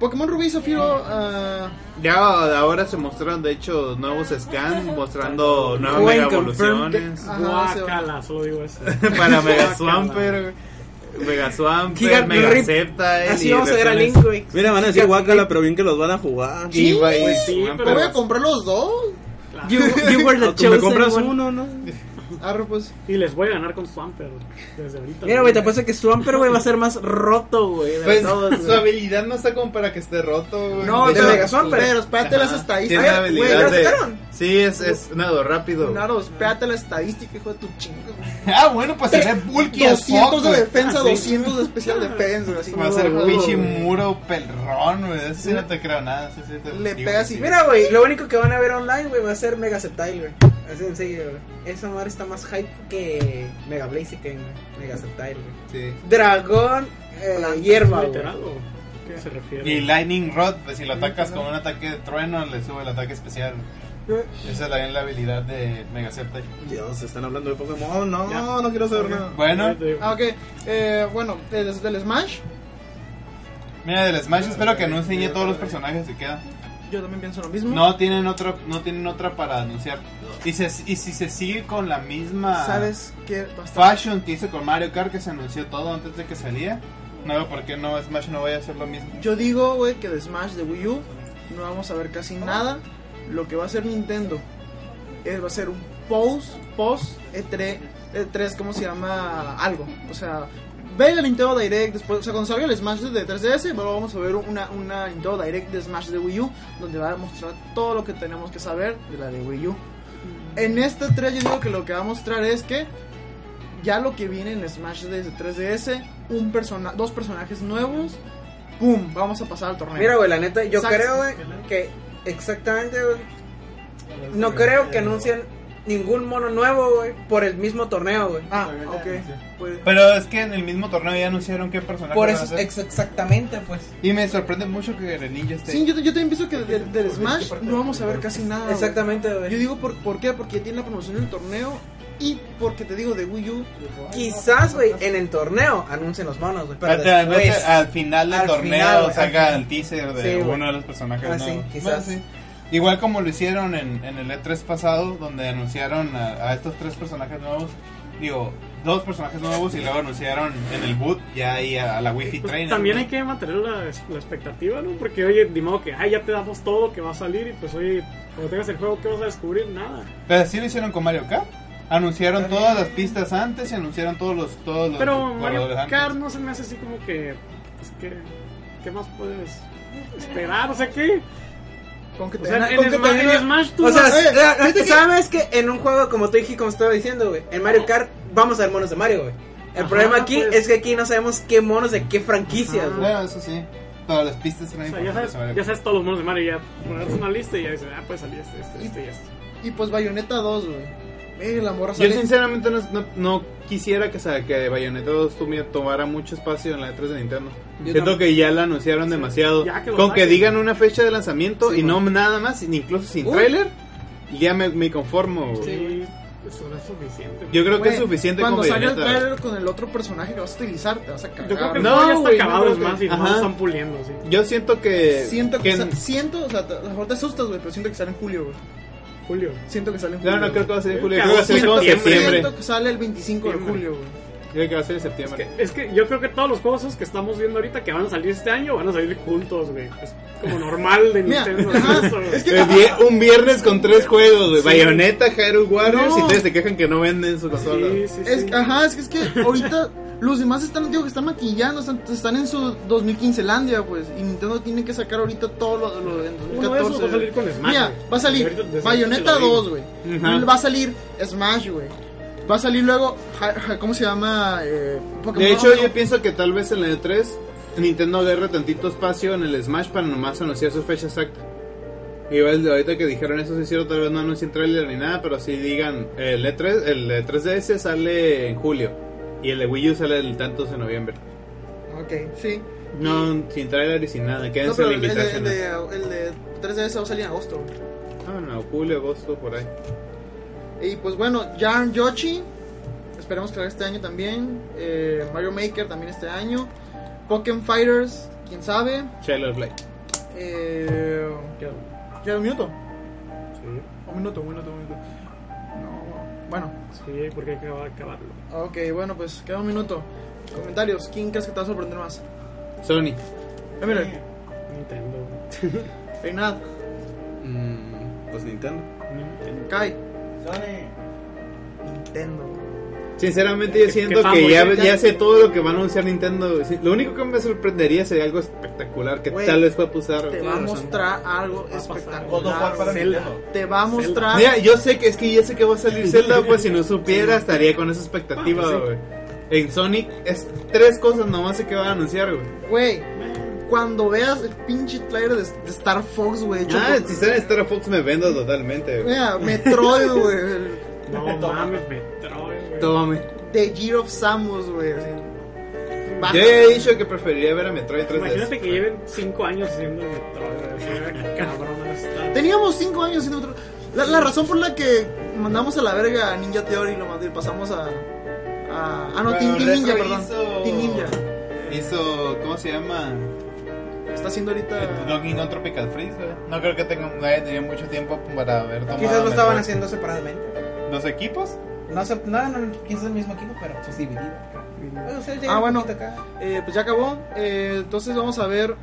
Speaker 2: Pokémon Rubí y Zafiro. ah,
Speaker 1: Ya ahora se mostraron, de hecho, nuevos scans mostrando nuevas
Speaker 3: Buen
Speaker 1: mega evoluciones.
Speaker 2: Ajá, sí.
Speaker 5: Guacala, solo digo eso.
Speaker 1: Para Mega Swamper, güey. Mega Swamper,
Speaker 3: Giga-
Speaker 1: Mega eh,
Speaker 3: Rip.
Speaker 1: Sceptile.
Speaker 3: Así
Speaker 1: y
Speaker 3: vamos a ver a
Speaker 1: versiones-
Speaker 3: Link, güey.
Speaker 4: Mira, van a decir guácala, pero bien que los van a jugar.
Speaker 1: Y va y-
Speaker 5: Pues sí,
Speaker 1: Swamper.
Speaker 2: ¿me voy a comprar los dos?
Speaker 3: You, you were the
Speaker 4: O tú me
Speaker 3: chosen
Speaker 4: compras
Speaker 3: one.
Speaker 4: uno, ¿no?
Speaker 2: Arre, pues.
Speaker 5: Y les voy a ganar con Swamper desde ahorita.
Speaker 3: Mira, güey, te apuesto que Swamper, güey, va a ser más roto, güey, de
Speaker 1: Pues,
Speaker 3: todos, güey.
Speaker 1: su habilidad no está como para que esté roto, güey.
Speaker 2: No,
Speaker 3: de
Speaker 2: pero-
Speaker 3: Mega Swamper.
Speaker 2: pues, Pero espérate las
Speaker 1: Tiene la
Speaker 2: estadísticas. güey,
Speaker 1: habilidad
Speaker 2: ¿ya lo
Speaker 1: de...
Speaker 2: sacaron?
Speaker 1: Sí, es, es nado rápido.
Speaker 2: Claro, espérate la estadística, hijo de tu chinga. güey.
Speaker 1: Ah, bueno, pues se ve bulky as fuck,
Speaker 2: 200 de
Speaker 1: güey. Ah,
Speaker 2: defensa, 200 de especial defensa. güey, así
Speaker 1: Va a ser
Speaker 2: como-
Speaker 1: pinche muro pelrón, güey. Eso sí no te creo nada. eso sí te
Speaker 2: Le
Speaker 1: digo
Speaker 2: pegas
Speaker 1: que
Speaker 2: y-
Speaker 1: sí.
Speaker 3: Mira, güey, lo único que van a ver online, güey, va a ser Mega Sceptile, güey. Así en serio, güey. Esa madre está más hype que Mega Blaziken, güey. Mega Sceptile, güey.
Speaker 1: Sí.
Speaker 3: Dragón, eh, hierba, güey.
Speaker 5: literal o qué se refiere.
Speaker 1: Y Lightning Rod, pues si lo atacas con un ataque de trueno, le sube el ataque especial. Esa es la, la habilidad de Mega Sceptile.
Speaker 4: Dios, están hablando de Pokémon. No,
Speaker 5: Ya.
Speaker 4: no quiero saber nada.
Speaker 1: Bueno,
Speaker 5: Ya te digo.
Speaker 2: Ah, ok. Eh, bueno, eh, desde el Smash.
Speaker 1: mira, del Smash espero que anuncien ya todos los personajes que quedan.
Speaker 2: Yo también pienso lo mismo.
Speaker 1: No tienen otra, no tienen otra para anunciar. Y, se, y si se sigue con la misma
Speaker 2: ¿Sabes qué? Va a estar-
Speaker 1: fashion que hizo con Mario Kart, que se anunció todo antes de que salía, no veo por qué no Smash no vaya a hacer lo mismo.
Speaker 2: Yo digo, güey, que de Smash de Wii U no vamos a ver casi nada. Lo que va a hacer Nintendo es, va a ser un post, post E E3, E3, ¿cómo se llama? Algo. O sea, ve el Nintendo Direct después, o sea, cuando salga el Smash de 3DS, pero vamos a ver una, una Nintendo Direct de Smash de Wii U, donde va a mostrar todo lo que tenemos que saber de la de Wii U. En este 3 yo digo que lo que va a mostrar es que ya lo que viene en Smash desde 3DS, un persona dos personajes nuevos, ¡pum! Vamos a pasar al torneo.
Speaker 3: Mira, güey, la neta, yo
Speaker 2: Exacto.
Speaker 3: creo, güey, que exactamente, güey. No creo que anuncien ningún mono nuevo, güey, por el mismo torneo, güey.
Speaker 2: ah, ok. Pues,
Speaker 1: Pero es que en el mismo torneo ya anunciaron qué personaje
Speaker 6: Por
Speaker 1: van a
Speaker 6: eso,
Speaker 1: hacer.
Speaker 6: ex- exactamente, pues.
Speaker 1: Y me sorprende mucho que el ninja esté.
Speaker 2: sí, yo, yo también pienso que de- del Smash no vamos a ver casi nada. Ah, güey.
Speaker 3: Exactamente,
Speaker 2: Yo
Speaker 3: güey.
Speaker 2: digo por, por qué, porque ya tiene la promoción del torneo y porque te digo de Wii U.
Speaker 3: Quizás, güey, en el torneo anuncien los monos, güey. Pero
Speaker 1: Espérate, espérate,
Speaker 3: después,
Speaker 1: al final del
Speaker 6: al
Speaker 1: torneo
Speaker 6: final, güey,
Speaker 1: saca
Speaker 6: al
Speaker 1: el teaser de
Speaker 3: Sí, güey.
Speaker 1: uno de los personajes
Speaker 3: Ah, sí,
Speaker 1: nuevos.
Speaker 3: quizás.
Speaker 1: Bueno, sí. Igual como lo hicieron en, en el E3 pasado, donde anunciaron a, a estos tres personajes nuevos, digo, dos personajes nuevos y luego anunciaron en el boot ya ahí a, a la Wi-Fi
Speaker 5: Pues,
Speaker 1: Trainer.
Speaker 5: también
Speaker 1: ¿no?
Speaker 5: hay que mantener la, la expectativa, ¿no? Porque, oye, ni modo que, ay, ya te damos todo que va a salir y pues, oye, cuando tengas el juego, ¿qué vas a descubrir? Nada.
Speaker 1: Pero así lo hicieron con Mario Kart. Anunciaron todas las pistas antes y anunciaron todos los todos los
Speaker 5: Pero Mario
Speaker 1: corredores antes.
Speaker 5: Kart no se me hace así como que, pues, ¿qué, qué más puedes esperar? O sea, ¿qué?
Speaker 2: Con que
Speaker 5: O
Speaker 2: te
Speaker 5: sea,
Speaker 2: den-
Speaker 5: en
Speaker 2: con que te
Speaker 5: Smash,
Speaker 2: den-
Speaker 5: en Smash tú
Speaker 3: O sea,
Speaker 5: vas-
Speaker 2: Oye,
Speaker 3: la- la-
Speaker 2: fíjate que-
Speaker 3: sabes que en un juego como tú y como estaba diciendo, güey, en Mario Kart vamos a ver monos de Mario, güey. El
Speaker 5: Ajá,
Speaker 3: problema aquí
Speaker 5: pues.
Speaker 3: es que aquí no sabemos qué monos de qué franquicias, güey.
Speaker 1: Bueno, eso sí. Todas las pistas eran
Speaker 5: o sea, ya
Speaker 1: importantes.
Speaker 5: sabes,
Speaker 1: Mario
Speaker 5: ya
Speaker 1: Kart.
Speaker 5: sabes todos los monos de Mario, ya pones una lista y ya dices, ah, pues salí este, este, este y este.
Speaker 2: Y pues Bayonetta 2, güey. Eh, la morra
Speaker 1: Yo
Speaker 2: sale.
Speaker 1: sinceramente no, no- no quisiera que, sa- que Bayonetta 2 tuviera- tomara mucho espacio en la E3 de Nintendo. Siento que ya la anunciaron demasiado.
Speaker 5: Ya que lo
Speaker 1: Con que
Speaker 5: saquen.
Speaker 1: digan una fecha de lanzamiento
Speaker 3: Sí,
Speaker 1: y no nada más, ni incluso sin
Speaker 3: Uy.
Speaker 1: tráiler, ya me, me conformo. güey.
Speaker 5: Sí, eso no Pues es suficiente.
Speaker 1: Yo creo que
Speaker 2: Güey,
Speaker 1: es suficiente con
Speaker 2: Cuando salga el
Speaker 1: Bayonetta.
Speaker 2: trailer con el otro personaje que vas a utilizar, te vas a cagar.
Speaker 5: Yo creo que el
Speaker 1: No,
Speaker 5: juego ya está
Speaker 1: güey,
Speaker 5: acabado,
Speaker 1: no
Speaker 5: es
Speaker 1: creo
Speaker 5: más,
Speaker 1: que-
Speaker 5: y no lo
Speaker 1: Ajá.
Speaker 5: están puliendo, sí.
Speaker 1: Yo siento que.
Speaker 2: Siento que,
Speaker 1: que-
Speaker 2: sa- siento, o sea, te- a lo mejor te asustas, güey, pero siento que sale en julio, güey.
Speaker 5: Julio.
Speaker 2: Siento que sale en julio.
Speaker 1: No, no creo que va a ser en julio.
Speaker 5: Creo
Speaker 1: Creo que va a ser
Speaker 2: Siento,
Speaker 1: como
Speaker 5: que-
Speaker 1: septiembre.
Speaker 2: siento que sale el 25 de julio, güey.
Speaker 1: Creo que va a ser en
Speaker 5: Es que,
Speaker 1: septiembre.
Speaker 5: es que yo creo que todos los juegos esos que estamos viendo ahorita que van a salir este año van a salir juntos, güey. Es como normal de
Speaker 2: Mira,
Speaker 5: Nintendo.
Speaker 2: ajá,
Speaker 5: eso, güey.
Speaker 2: es que-
Speaker 1: Eh, vie- Un viernes con tres juegos, güey.
Speaker 5: Sí.
Speaker 1: Bayonetta, Hyrule Warriors.
Speaker 2: No.
Speaker 1: Y ustedes se quejan que no venden su consola.
Speaker 5: Sí, sí, sí.
Speaker 2: Es, ajá, es que, es que ahorita los demás están, digo, que están maquillando, están, están en su 2015 Landia, pues. Y Nintendo tiene que sacar ahorita todo lo, lo en
Speaker 5: Uno
Speaker 2: 2014.
Speaker 5: de esos va a salir con Smash.
Speaker 2: Mira, va a
Speaker 5: güey. Ahorita-
Speaker 2: salir
Speaker 5: desde ahorita
Speaker 2: Bayonetta
Speaker 5: te lo digo.
Speaker 2: 2, güey.
Speaker 1: Ajá.
Speaker 2: Va a salir Smash, güey. Va a salir luego, ja- ja- ¿cómo se llama? Eh, Pokémon
Speaker 1: De hecho,
Speaker 2: Rojo.
Speaker 1: yo pienso que tal vez en la E3 Nintendo agarre tantito espacio en el Smash para nomás anunciar su fecha exacta. Igual de ahorita que dijeron eso, sí es cierto, tal vez no anuncien trailer ni nada, pero sí digan, el E3, el E E3DS sale en julio y el de Wii U sale el tantos de noviembre.
Speaker 2: Ok, sí.
Speaker 1: No, sin trailer y sin nada,
Speaker 2: No,
Speaker 1: quédense
Speaker 2: pero
Speaker 1: la
Speaker 2: el de,
Speaker 1: invitación.
Speaker 2: el, de, el de 3DS va a salir en agosto. güey.
Speaker 1: Ah, no, julio, agosto, por ahí.
Speaker 2: Y pues bueno, Yarn Yoshi, esperemos que haga este año también. eh, Mario Maker también este año. Pokémon Fighters, quién sabe.
Speaker 1: Shadow Play.
Speaker 2: Eh,
Speaker 5: ¿Qué?
Speaker 2: ¿Queda un minuto?
Speaker 5: Sí,
Speaker 2: Un minuto, un minuto, un minuto. No, bueno.
Speaker 5: sí, porque hay que acabarlo.
Speaker 2: Ok, bueno, pues queda un minuto. Comentarios, ¿quién crees que te va a sorprender más?
Speaker 1: Sony.
Speaker 2: Eh, mire,
Speaker 5: Nintendo.
Speaker 2: Reinad,
Speaker 1: Mm, pues Nintendo.
Speaker 2: Kai,
Speaker 4: Sony.
Speaker 2: Nintendo.
Speaker 1: Sinceramente yo siento
Speaker 5: que
Speaker 1: que ya,
Speaker 5: fanboy,
Speaker 1: ya sé todo lo que va a anunciar Nintendo. Sí, Lo único que me sorprendería sería algo espectacular que
Speaker 2: Güey, Este,
Speaker 1: tal vez pueda usar.
Speaker 2: Te
Speaker 3: Tienes
Speaker 2: va a
Speaker 3: razón.
Speaker 2: mostrar algo
Speaker 5: pasar.
Speaker 4: God of War para
Speaker 2: espectacular.
Speaker 5: Zelda.
Speaker 4: Nintendo.
Speaker 2: Te va a mostrar.
Speaker 1: Mira, yo sé que es que ya sé que va a salir Zelda, pues si no supiera estaría con esa expectativa,
Speaker 5: Ah, sí.
Speaker 1: güey. En Sonic es tres cosas nomás sé que van a anunciar, güey.
Speaker 2: Güey, cuando veas el pinche trailer de, de Star Fox, güey. hecho pues,
Speaker 1: Ah,
Speaker 2: por-
Speaker 1: si sale Star Fox me vendo totalmente, güey.
Speaker 2: Mira, Metroid, güey. el-
Speaker 5: No mames, Metroid, güey.
Speaker 1: Tómame.
Speaker 2: The Year of Samus, güey. así. Va-
Speaker 1: Yo ya he dicho que preferiría ver a Metroid 3
Speaker 5: Imagínate que lleven 5 años haciendo Metroid, güey. Qué Cabrón, está.
Speaker 2: Teníamos 5 años sin otro. La, la razón por la que mandamos a la verga a Ninja Theory lo mandé, pasamos a. a ah, no,
Speaker 1: Pero
Speaker 2: Team, Team
Speaker 1: Retro
Speaker 2: Ninja, perdón.
Speaker 1: hizo-
Speaker 2: Team Ninja.
Speaker 1: Hizo, ¿cómo se llama?
Speaker 2: Está haciendo ahorita.
Speaker 1: Donkey Kong Tropical Freeze, güey. No creo que tenga, no haya tenido mucho tiempo para haber tomado.
Speaker 6: Quizás lo estaban
Speaker 1: mejor-
Speaker 6: haciendo separadamente.
Speaker 1: ¿Los equipos?
Speaker 6: No, sé, no, no, quizás el mismo equipo, pero pues dividido.
Speaker 3: Pues,
Speaker 6: O sea, llega
Speaker 2: Ah,
Speaker 6: un
Speaker 2: bueno.
Speaker 6: poquito acá.
Speaker 2: Eh, pues ya acabó. Eh, entonces vamos a ver.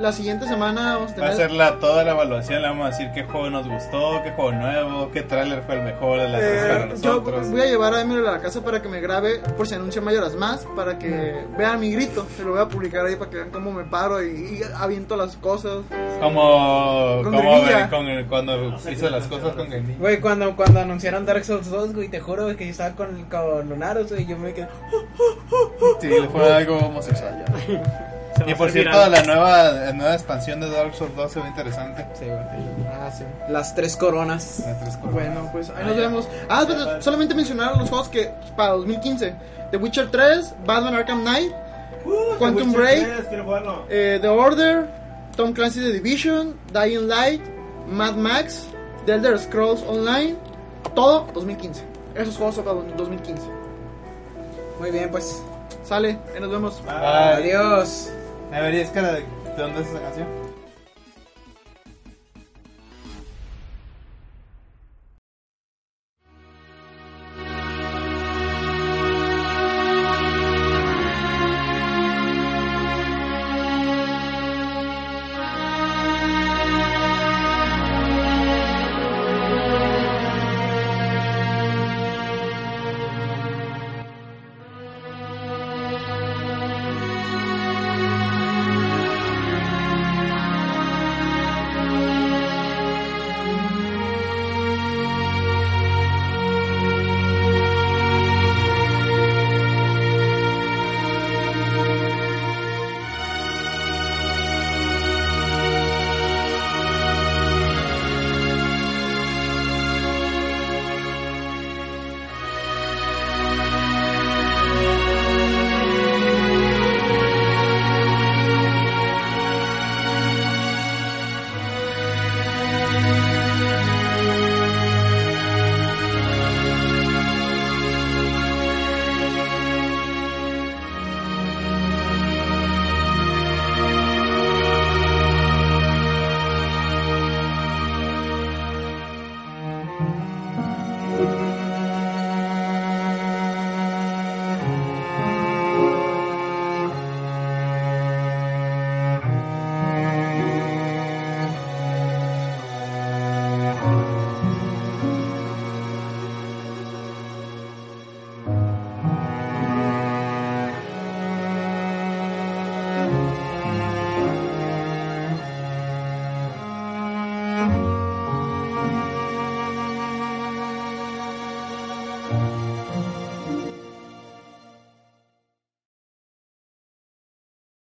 Speaker 2: La siguiente semana vamos a
Speaker 7: Va a
Speaker 2: tener.
Speaker 7: ser la, toda la evaluación, le vamos a decir qué juego nos gustó, qué juego nuevo, qué tráiler fue el mejor de las tres para
Speaker 2: Eh, yo
Speaker 7: nosotros.
Speaker 2: voy a llevar a Emily a la casa para que me grabe por si anuncia mayoras más, para que vean mi grito. Se lo voy a publicar ahí para que vean cómo me paro y, y aviento las cosas.
Speaker 7: Como,
Speaker 2: Con
Speaker 7: como
Speaker 2: grinilla.
Speaker 7: con el- cuando hizo las cosas con Grenilla.
Speaker 6: Güey, cuando, cuando anunciaron Dark Souls 2, güey, te juro güey, que yo estaba con, con Lunaros, güey, y yo me quedé.
Speaker 7: Sí, le fue algo homosexual. ya.
Speaker 5: Se va a
Speaker 7: Y por
Speaker 5: hacer
Speaker 7: cierto,
Speaker 5: viral.
Speaker 7: la nueva, la nueva expansión de Dark Souls 2 se ve interesante.
Speaker 6: Sí, güey.
Speaker 2: Ah, sí.
Speaker 6: Las tres coronas.
Speaker 7: Las tres cosas.
Speaker 2: Bueno, pues ahí nos vemos. Ah, espérate, solamente mencionar los juegos que para 2015: The Witcher 3, Batman Arkham Knight, Quantum Break,
Speaker 4: Quiero jugarlo.
Speaker 2: eh, The Order, Tom Clancy's The Division, Dying Light, Mad Max, The Elder Scrolls Online, todo 2015. Esos juegos son para 2015.
Speaker 6: Muy bien, pues.
Speaker 2: Sale, ahí nos vemos.
Speaker 7: Ay,
Speaker 6: Adiós.
Speaker 7: a ver, ¿y es que la- de dónde es esa canción?